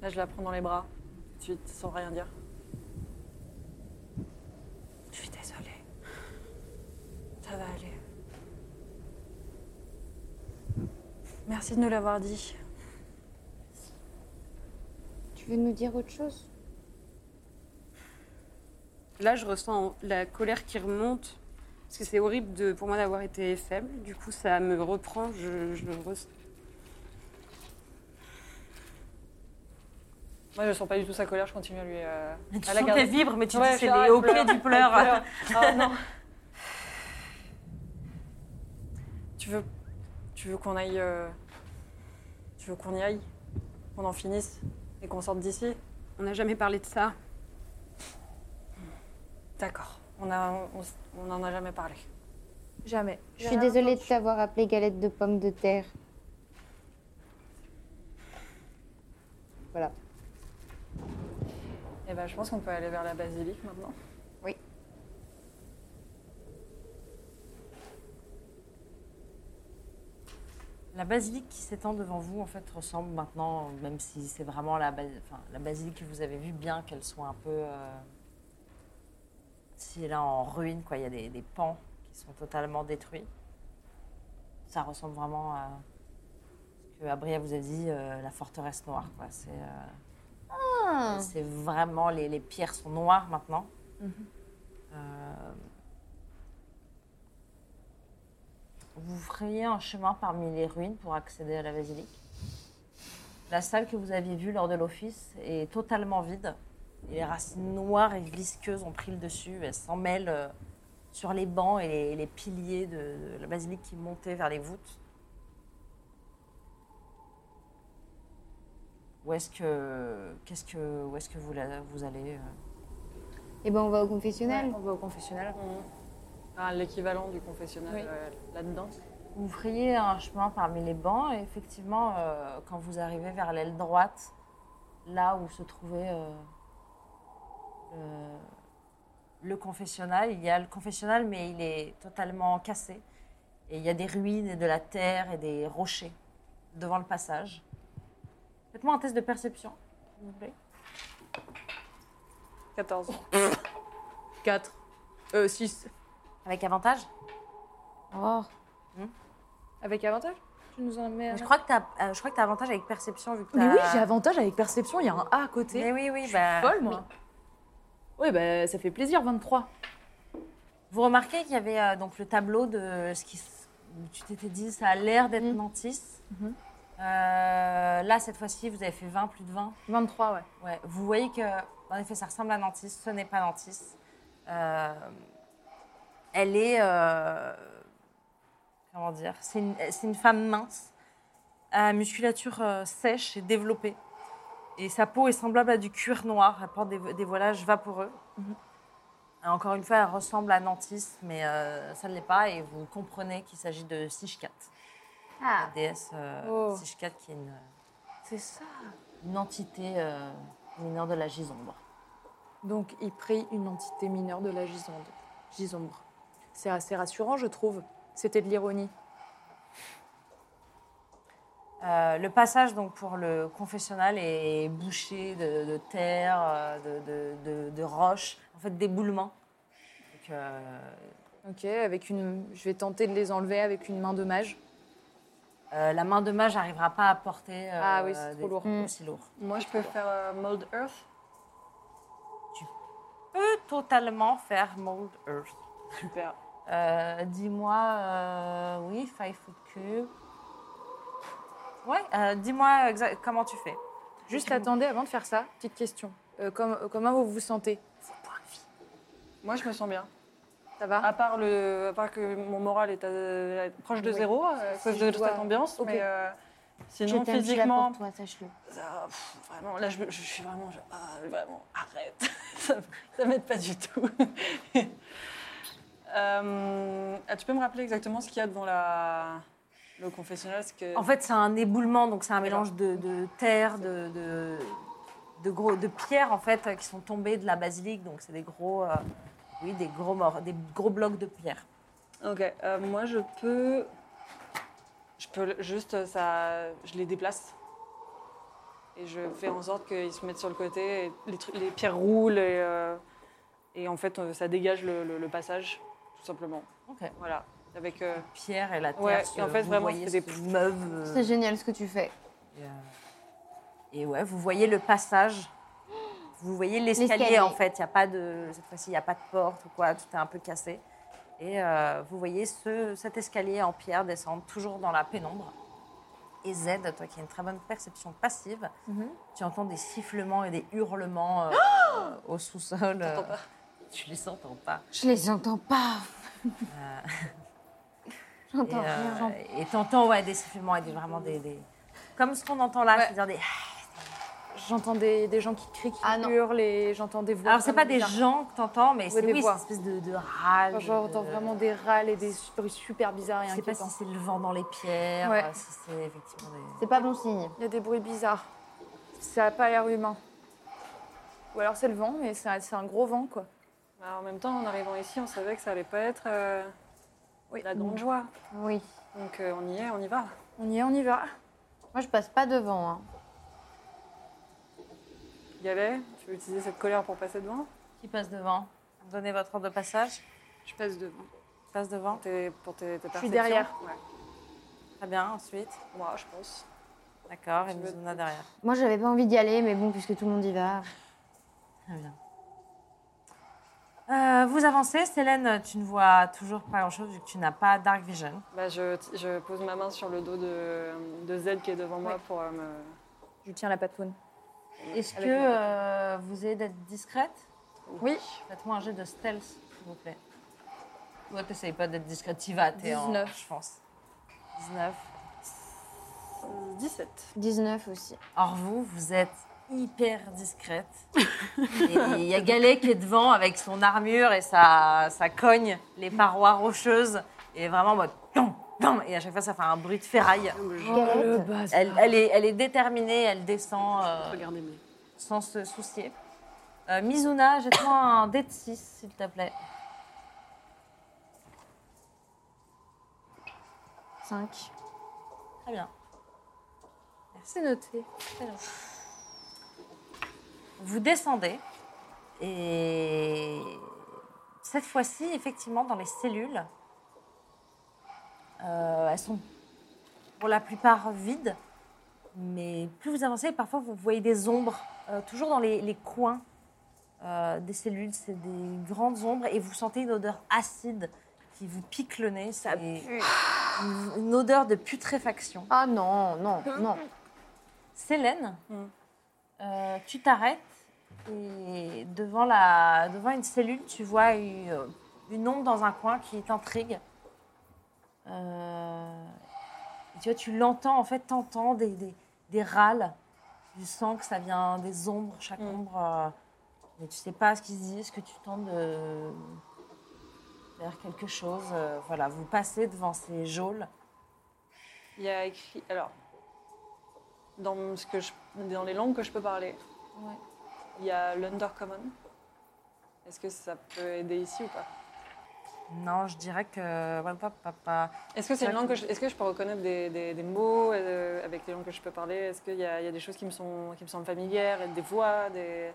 S3: Là, je la prends dans les bras, tout de suite, sans rien dire. Je suis désolée. Ça va aller. Merci de nous l'avoir dit.
S10: Tu
S4: veux nous dire autre chose
S5: Là, je ressens la colère qui remonte. Parce que c'est horrible de, pour moi d'avoir été faible. Du coup, ça me reprend. Je, je ressens.
S3: Moi, je sens pas du tout sa colère, je continue à lui. euh,
S1: tu
S3: à la
S1: sens
S3: garder.
S1: qu'elle vibre, mais tu
S3: Ouais,
S1: dis c'est
S3: je- ah,
S1: les
S3: elle
S1: au pied
S3: pleure,
S1: du pleur.
S3: elle pleure. Ah, non. Tu veux, tu veux qu'on aille, euh, tu veux qu'on y aille, qu'on en finisse et qu'on sorte d'ici.
S5: On n'a jamais parlé de ça.
S3: D'accord. On a, on, s- on n'en a jamais parlé.
S2: Jamais.
S4: Je suis désolée de t'avoir appelé galette de pommes de terre. Voilà.
S3: Eh ben, je pense qu'on peut aller vers la basilique maintenant.
S4: Oui.
S1: La basilique qui s'étend devant vous, en fait, ressemble maintenant, même si c'est vraiment la, bas- enfin, la basilique que vous avez vue, bien qu'elle soit un peu. euh, si elle est en ruine, quoi. Il y a des, des pans qui sont totalement détruits. Ça ressemble vraiment à ce que Abria vous a dit, euh, la forteresse noire, quoi. C'est. euh,
S4: Ah.
S1: Ah. c'est vraiment, les, les pierres sont noires maintenant.
S2: Mhm.
S1: Euh, vous feriez un chemin parmi les ruines pour accéder à la basilique. La salle que vous aviez vue lors de l'office est totalement vide. Et les racines noires et visqueuses ont pris le dessus. Elles s'en mêlent euh, sur les bancs et les, les piliers de, de la basilique qui montaient vers les voûtes. Où est-ce que, qu'est-ce que, où est-ce que vous, la- vous allez euh,
S4: Eh ben, on va au confessionnal.
S2: On va au confessionnal.
S3: Enfin, Ah, L'équivalent du confessionnal
S2: Oui.
S3: euh, là-dedans.
S1: Vous feriez un chemin parmi les bancs et effectivement, euh, quand vous arrivez vers l'aile droite, là où se trouvait euh, le, le confessionnal, il y a le confessionnal mais il est totalement cassé. Et il y a des ruines et de la terre et des rochers devant le passage. Faites-moi un test de perception, s'il vous plaît.
S3: 14.
S2: 4. Euh, 6.
S1: Avec avantage Hmm
S4: Oh,
S2: Avec avantage Tu nous en mets. un-
S1: Je crois que tu as, avantage avec perception vu que
S2: Mais oui,
S1: t'as-
S2: j'ai avantage avec perception, il y a un A à côté.
S1: Ah. Mais oui, oui, bah.
S2: Folle, moi. Oui, bah ça fait plaisir, 23.
S1: Vous remarquez qu'il y avait euh, donc le tableau de ce qui s- où tu t'étais dit, ça a l'air d'être Nantis.
S2: Mhm.
S1: Euh, là, cette fois-ci, vous avez fait 20, plus de 20.
S2: 23, ouais.
S1: Ouais, vous voyez que, en effet, ça ressemble à Nantis, ce n'est pas Nantis. Euh, elle est. euh, comment dire C'est une, c'est une femme mince, à musculature euh, sèche et développée. Et sa peau est semblable à du cuir noir. Elle porte des, des voilages vaporeux. Et Encore une fois, elle ressemble à Nantis, mais euh, ça ne l'est pas. Et vous comprenez qu'il s'agit de Sishkat,
S4: Ah,
S1: la déesse euh,
S2: Oh.
S1: Sishkat, qui est une,
S2: C'est ça.
S1: une entité euh, mineure de la gisombre.
S2: Donc, il prie une entité mineure de la gisonde. Gisombre. C'est assez rassurant, je trouve. C'était de l'ironie.
S1: Euh, le passage donc pour le confessionnal est bouché de, de terre, euh, de, de- de- de roches, en fait d'éboulements. Donc, euh,
S2: Ok, avec une. Je vais tenter de les enlever avec une main de mage.
S1: euh, la main de mage n'arrivera pas à porter euh,
S2: Ah oui, c'est trop
S1: des-
S2: lourd.
S1: aussi lourd.
S3: Moi, je peux faire euh, Mold Earth.
S1: Peut totalement faire mold earth.
S3: Super.
S1: Euh, Dis-moi, euh, oui, five foot cube. Ouais, euh, dis-moi exa- comment tu fais.
S2: Juste attendez avant de faire ça, petite question. Euh, com- euh, comment vous vous sentez
S3: Moi, je me sens bien.
S2: Ça va
S3: À part, le, à part que mon moral est à- proche de
S2: Oui.
S3: zéro euh, à
S2: Si
S3: cause
S2: je
S3: de
S2: dois-
S3: cette ambiance,
S2: Ok.
S3: mais euh,
S4: je
S3: sinon
S4: t'aime, je suis là pour
S3: physiquement,
S4: toi, sache-le.
S3: ça, pff, vraiment, là je, me- je suis vraiment, je- ah, vraiment, arrête, ça, m- ça m'aide pas du tout. Euh, ah, tu peux me rappeler exactement ce qu'il y a devant la, le confessionnal ce que...
S1: En fait, c'est un éboulement, donc c'est un mélange de, de terre, de, de, de gros, de pierres en fait euh, qui sont tombées de la basilique. Donc c'est des gros, euh, oui, des gros morts, des gros blocs de pierre.
S3: Ok, euh, moi je peux, je peux le- juste euh, ça, je les déplace et je fais en sorte qu'ils se mettent sur le côté, et les, trucs- les pierres roulent et, euh, et en fait euh, ça dégage le, le- le passage tout simplement.
S1: Ok.
S3: Voilà, avec euh,
S1: Pierre et la terre.
S3: Ouais,
S1: se-
S3: et en fait,
S1: vous
S3: vraiment,
S1: voyez
S3: c'est des
S1: se meuvent, euh,
S4: C'est génial ce que tu fais.
S1: et, euh, Et ouais, vous voyez le passage. Vous voyez l'escalier
S4: L'escalier.
S1: en fait. Il y a pas de cette fois-ci, il n'y a pas de porte ou quoi. Tout est un peu cassé. Et euh, vous voyez ce, cet escalier en pierre descendre toujours dans la pénombre. Et Z, toi qui as une très bonne perception passive, tu entends des sifflements et des hurlements euh, au sous-sol. euh, tu les entends pas.
S4: Je les entends pas.
S1: Euh, et,
S4: J'entends rien.
S1: euh, et t'entends ouais, des sifflements et des, vraiment des, des- Comme ce qu'on entend là, c'est-à-dire des...
S2: J'entends des, des gens qui crient, qui
S4: Ah non.
S2: hurlent et j'entends des voix.
S1: Alors, c'est
S2: vraiment
S1: pas des
S2: bizarres.
S1: gens que t'entends, mais
S2: Ouais,
S1: c'est
S2: des
S1: oui,
S2: voix.
S1: cette espèce de, de râle.
S2: Enfin, J'entends
S1: de-
S2: vraiment des râles et des bruits super bizarres et
S1: Je sais pas si
S2: inquiétants.
S1: c'est le vent dans les pierres,
S2: Ouais.
S1: si c'est effectivement des...
S4: C'est pas bon signe.
S2: Il y a des bruits bizarres. Ça a pas l'air humain. Ou alors c'est le vent, mais c'est un, c'est un gros vent, quoi.
S3: Bah, en même temps, en arrivant ici, on savait que ça allait pas être euh, la grande joie.
S4: Oui.
S3: Donc euh, on y est, on y va.
S2: On y est, on y va.
S4: Moi, je passe pas devant. hein.
S3: Galet, tu veux utiliser cette colère pour passer devant
S1: Qui passe devant Donnez votre ordre de passage.
S5: Je passe devant.
S1: Passe devant.
S3: Pour tes, pour tes, tes
S2: Je suis
S3: perceptions
S2: derrière.
S3: Ouais,
S1: Très bien, ensuite.
S3: moi je pense.
S1: D'accord, et
S3: Tu veux-
S1: Mizuna derrière.
S4: Moi, j'avais pas envie d'y aller, mais bon, puisque tout le monde y va.
S1: Très bien. Euh, vous avancez, Célène, tu ne vois toujours pas grand-chose vu que tu n'as pas Dark Vision.
S3: Bah, je, je pose ma main sur le dos de, de Z qui est devant moi pour euh, me.
S2: Je tiens la patoune.
S1: Est-ce que
S3: Avec mon-
S1: euh, vous aidez d'être discrète
S3: Oui.
S1: Faites-moi un jet de stealth, s'il vous plaît. Ouais, t'essayes pas d'être discrète, t'y vas, t'es en-
S2: 19.
S1: je pense. 19.
S3: 17.
S4: 19 aussi.
S1: Or vous, vous êtes hyper discrète. Et Il y a Galet qui est devant avec son armure et ça, ça cogne les parois rocheuses. Et vraiment en mode... Tom, tom Et à chaque fois, ça fait un bruit de ferraille.
S4: Galette.
S1: Elle, elle est, elle est déterminée, elle descend euh,
S5: Regardez mes.
S1: sans se soucier. Euh, Mizuna, jette-moi un dé de 6, s'il te plaît.
S4: 5.
S1: Très bien.
S2: C'est noté.
S1: Vous descendez et cette fois-ci, effectivement, dans les cellules, euh, elles sont pour la plupart vides, mais plus vous avancez, parfois vous voyez des ombres, euh, toujours dans les, les coins euh, des cellules, c'est des grandes ombres et vous sentez une odeur acide qui vous pique le nez, ça une, une odeur de putréfaction.
S4: Ah non, non, non.
S1: Célène,
S3: Mm.
S1: euh, tu t'arrêtes et devant, la, devant une cellule, tu vois une, euh, une ombre dans un coin qui t'intrigue. Euh, et tu vois, tu l'entends, en fait, t'entends des, des, des râles. Tu sens que ça vient des ombres, chaque
S3: Mm.
S1: ombre. euh, mais tu sais pas ce qu'ils se disent, que tu tentes de faire quelque chose. euh, voilà, vous passez devant ces geôles.
S3: Il y a écrit. Alors, dans, ce que je, dans les langues que je peux parler, il y a l'Undercommon. Est-ce que ça peut aider ici ou pas
S1: Non, je dirais que... ouais, pa- pa- pa-
S3: Est-ce que c'est
S1: Ça,
S3: une langue
S1: que-
S3: que je, est-ce que je peux reconnaître des, des- des mots euh, avec les langues que je peux parler Est-ce qu'il y a, il y a des choses qui me sont qui me semblent familières, et des voix, des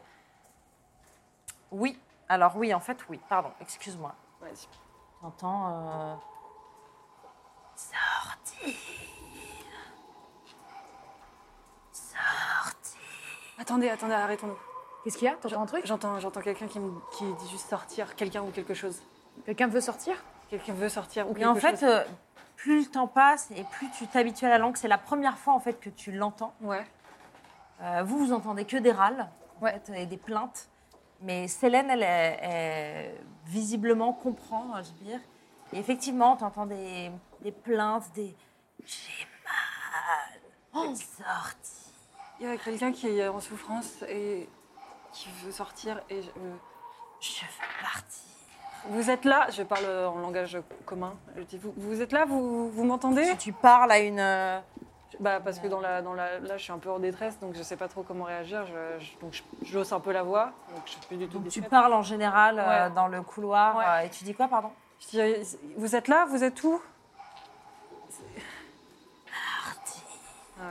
S1: Oui. Alors oui, en fait, oui. Pardon, excuse-moi.
S3: ouais,
S1: J'entends. Euh... Sortir Sortir
S3: Attendez, attendez, arrêtons-nous.
S2: Qu'est-ce qu'il y a T'entends un truc
S3: J'entends j'entends quelqu'un qui me qui dit juste sortir, quelqu'un ou quelque chose.
S2: Quelqu'un veut sortir
S3: Quelqu'un veut sortir ou
S1: Et
S3: quelque
S1: en fait,
S3: chose.
S1: euh, plus le temps passe et plus tu t'habitues à la langue, c'est la première fois en fait que tu l'entends.
S3: ouais.
S1: Euh, vous, vous entendez que des râles en fait, et des plaintes. Mais Célène, elle, est- est visiblement comprend, hein, je veux dire. Et effectivement, tu entends des, des plaintes, des j'ai
S2: Oh.
S1: mal, sortir.
S3: Il y a quelqu'un qui est en souffrance et qui veut sortir et je- euh,
S1: Je veux partir.
S3: vous êtes là, je parle en langage commun. Je dis vous, vous êtes là, vous vous m'entendez
S1: Si tu parles à une. euh,
S3: Bah parce que dans la, dans la, là je suis un peu en détresse donc je sais pas trop comment réagir je, je- donc je- j'hausse un peu la voix donc je suis plus du tout
S1: Donc tu
S3: discrète.
S1: parles en général euh,
S3: Ouais.
S1: dans le couloir
S3: Ouais.
S1: euh, et tu dis quoi, pardon
S3: Je dis, vous êtes là vous êtes où Ouais.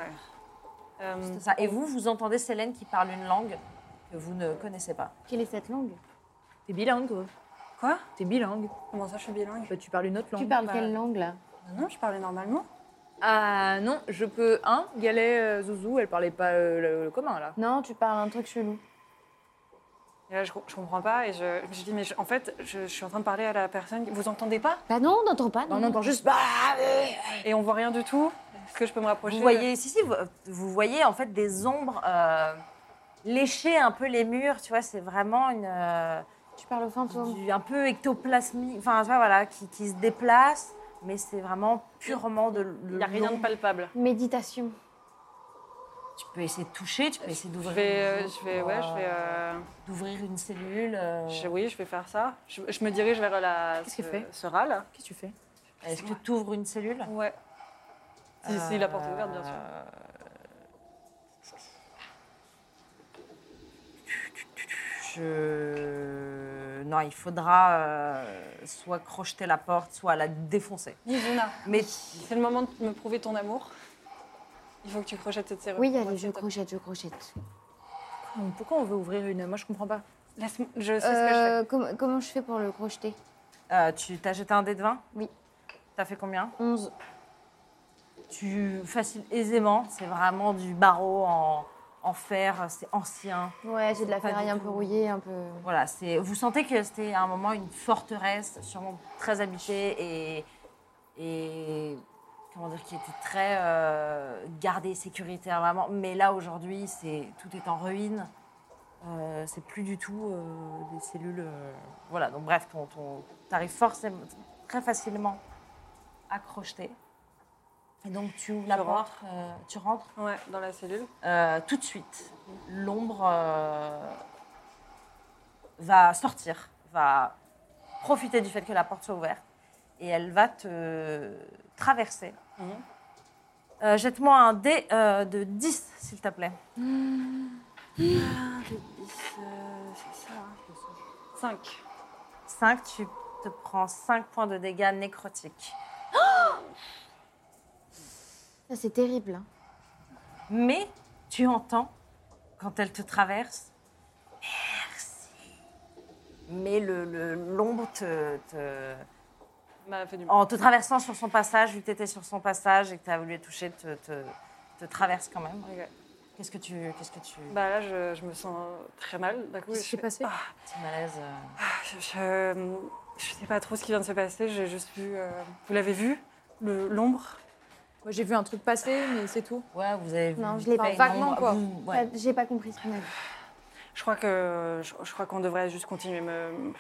S3: Euh,
S1: C'est ça. Et vous, vous entendez Célène qui parle une langue que vous ne connaissez pas.
S4: Quelle est cette langue
S2: T'es bilingue, toi.
S3: quoi
S2: T'es bilingue.
S3: Comment ça je suis bilingue
S2: Bah, tu parles une autre langue.
S4: Tu parles
S3: bah-
S4: quelle langue là
S3: Non, non je parlais normalement.
S2: Ah non, je peux un. Galet, euh, Zouzou, elle parlait pas euh, le, le commun là.
S4: Non, tu parles un truc chelou.
S3: Et là, je, je comprends pas et je, je dis, mais je- en fait, je, je suis en train de parler à la personne. Vous entendez pas
S4: Bah non, on n'entend pas.
S2: On
S4: non.
S2: entend juste. Bah, euh,
S3: Et on voit rien du tout Est-ce que je peux me rapprocher
S1: Vous voyez, si, si, vous, vous voyez en fait des ombres euh, lécher un peu les murs, tu vois, c'est vraiment une, euh,
S4: Tu parles au fantôme.
S1: du- un peu ectoplasmique, enfin, tu vois, voilà, qui, qui se déplace, mais c'est vraiment purement de l-
S3: Il n'y a rien
S1: l'ombre.
S3: de palpable.
S4: Méditation.
S1: Tu peux essayer de toucher, tu peux essayer
S3: Je
S1: d'ouvrir
S3: vais,
S1: une
S3: euh,
S1: porte,
S3: je vais, ouais, je vais, euh,
S1: d'ouvrir une cellule. euh,
S3: je- oui, je vais faire ça. Je, je me dirige vers la.
S2: Qu'est-ce qu'il
S3: ce-
S2: fait
S3: Ce râle.
S2: Qu'est-ce que tu fais
S1: Est-ce que tu ouvres une cellule
S3: Ouais. Si, si, la porte est ouverte, bien sûr.
S2: Euh.
S1: Je... Non, il faudra euh, soit crocheter la porte, soit la défoncer.
S3: Lizuna,
S1: Mais
S3: c'est le moment de me prouver ton amour. Il faut que tu crochettes cette serrure.
S4: Oui,
S3: pour
S4: allez,
S3: moi,
S4: je
S3: s'il te plaît.
S4: crochette, je crochette.
S2: Pourquoi on veut ouvrir une Moi je comprends pas.
S3: Laisse-moi- Je sais ce que je fais.
S4: Euh, com- comment je fais pour le crocheter
S1: euh, tu t'as jeté un dé de 20
S4: Oui.
S1: T'as fait combien
S4: 11.
S1: Tu facile aisément, c'est vraiment du barreau en, en fer, c'est ancien.
S4: Ouais, c'est de la
S1: Pas du
S4: ferraille un
S1: tout.
S4: peu rouillée, un peu.
S1: Voilà, c'est vous sentez que c'était à un moment une forteresse sûrement très habitée et et comment dire qui était très euh, gardée sécuritaire vraiment. Mais là aujourd'hui, c'est tout est en ruine. Euh, c'est plus du tout euh, des cellules. euh, voilà, donc bref, ton, ton, t'arrives forcément très facilement à crocheter. Et donc tu ouvres la
S3: Je
S1: porte, euh, tu rentres.
S3: Ouais, dans la cellule.
S1: Euh, tout de suite, l'ombre euh, va sortir, va profiter du fait que la porte soit ouverte et elle va te traverser.
S3: Mhm.
S1: Euh, Jette-moi un dé euh, de 10, s'il te plaît.
S3: 5.
S1: 5, tu te prends 5 points de dégâts nécrotiques.
S4: Ça, c'est terrible. hein.
S1: Mais tu entends, quand elle te traverse, merci. Mais l'ombre le, l'ombre te- te,
S3: M'a fait Bah, du
S2: Oh.
S3: mal.
S1: En te traversant sur son passage, vu que t'étais sur son passage et que t'as voulu le toucher, te, te, te traverse quand même.
S3: Ok.
S1: Qu'est-ce que tu. Qu'est-ce que tu.
S3: Bah là, je, je me sens très mal. D'un coup,
S2: Qu'est-ce qui s'est
S3: fais-
S2: passé
S3: Ah,
S1: Petit malaise. euh,
S3: je, je, je sais pas trop ce qui vient de se passer. J'ai juste vu. euh, vous l'avez vu Le- L'ombre
S2: Moi j'ai vu un truc passer, mais c'est tout.
S1: Ouais, vous avez.
S4: Non,
S1: vous-
S4: je l'ai
S1: enfin,
S4: pas.
S1: une
S2: Vaguement,
S1: ombre-
S2: quoi.
S1: vous- ouais.
S4: Pas- J'ai pas compris ce qu'on a vu.
S3: Je crois que je, je crois qu'on devrait juste continuer. Me,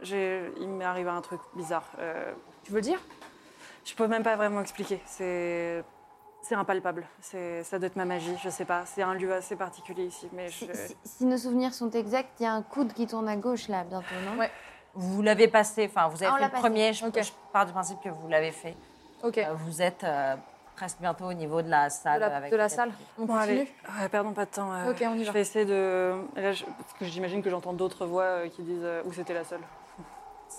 S3: je- j'ai- il m'est arrivé un truc bizarre. Euh,
S2: Tu veux le dire
S3: je peux même pas vraiment expliquer. C'est c'est impalpable. C'est ça doit être ma magie. Je sais pas. C'est un lieu assez particulier ici, mais je,
S4: Si, si- si nos souvenirs sont exacts, il y a un coude qui tourne à gauche là, bientôt, non
S2: Ouais.
S1: Vous l'avez passé, enfin, vous
S4: Ah, on
S1: avez
S4: l'a
S1: fait le
S4: passé.
S1: premier. Je,
S2: Ok.
S1: je pars du principe que vous l'avez fait.
S2: Ok.
S3: Ah,
S1: Euh, vous êtes euh, presque bientôt au niveau de la salle.
S2: de la,
S1: avec
S2: de la
S1: les-
S2: salle. On
S3: Bon,
S2: continue.
S3: allez. Ouais, perdons pas de temps. euh,
S2: Ok, on y va.
S3: Je vais essayer de. là, je- Parce que j'imagine que j'entends d'autres voix euh, qui disent euh, où c'était la seule.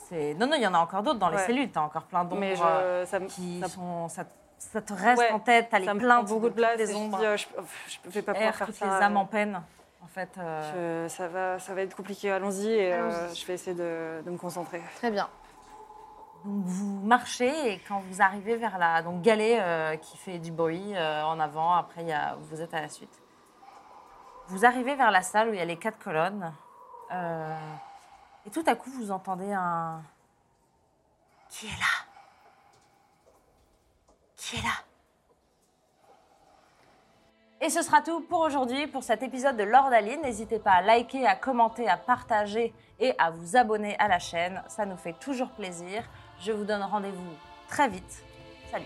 S1: C'est- Non, non, il y en a encore d'autres dans les
S3: Ouais.
S1: cellules. T'as encore plein d'ombres
S3: mais je,
S1: euh,
S3: ça me.
S1: qui
S3: ça-
S1: sont. Ça, ça te reste
S3: Ouais,
S1: en tête. T'as les
S3: ça me
S1: plein
S3: prend beaucoup de place. et
S1: Des
S3: je
S1: ombres.
S3: dis, euh, je, je vais pas pouvoir
S1: R,
S3: faire
S1: toutes
S3: ça. euh,
S1: les âmes en peine. En fait. euh,
S3: Je- ça, va, ça va être compliqué, allons-y, et euh,
S4: Allons-y.
S3: je vais essayer de, de me concentrer.
S4: Très bien.
S1: Donc vous marchez et quand vous arrivez vers la donc Galet euh, qui fait du bruit euh, en avant, après il y a- vous êtes à la suite. Vous arrivez vers la salle où il y a les quatre colonnes euh, et tout à coup vous entendez un qui est là Qui est là Et ce sera tout pour aujourd'hui pour cet épisode de Lord Ali. N'hésitez pas à liker, à commenter, à partager et à vous abonner à la chaîne. Ça nous fait toujours plaisir. Je vous donne rendez-vous très vite. Salut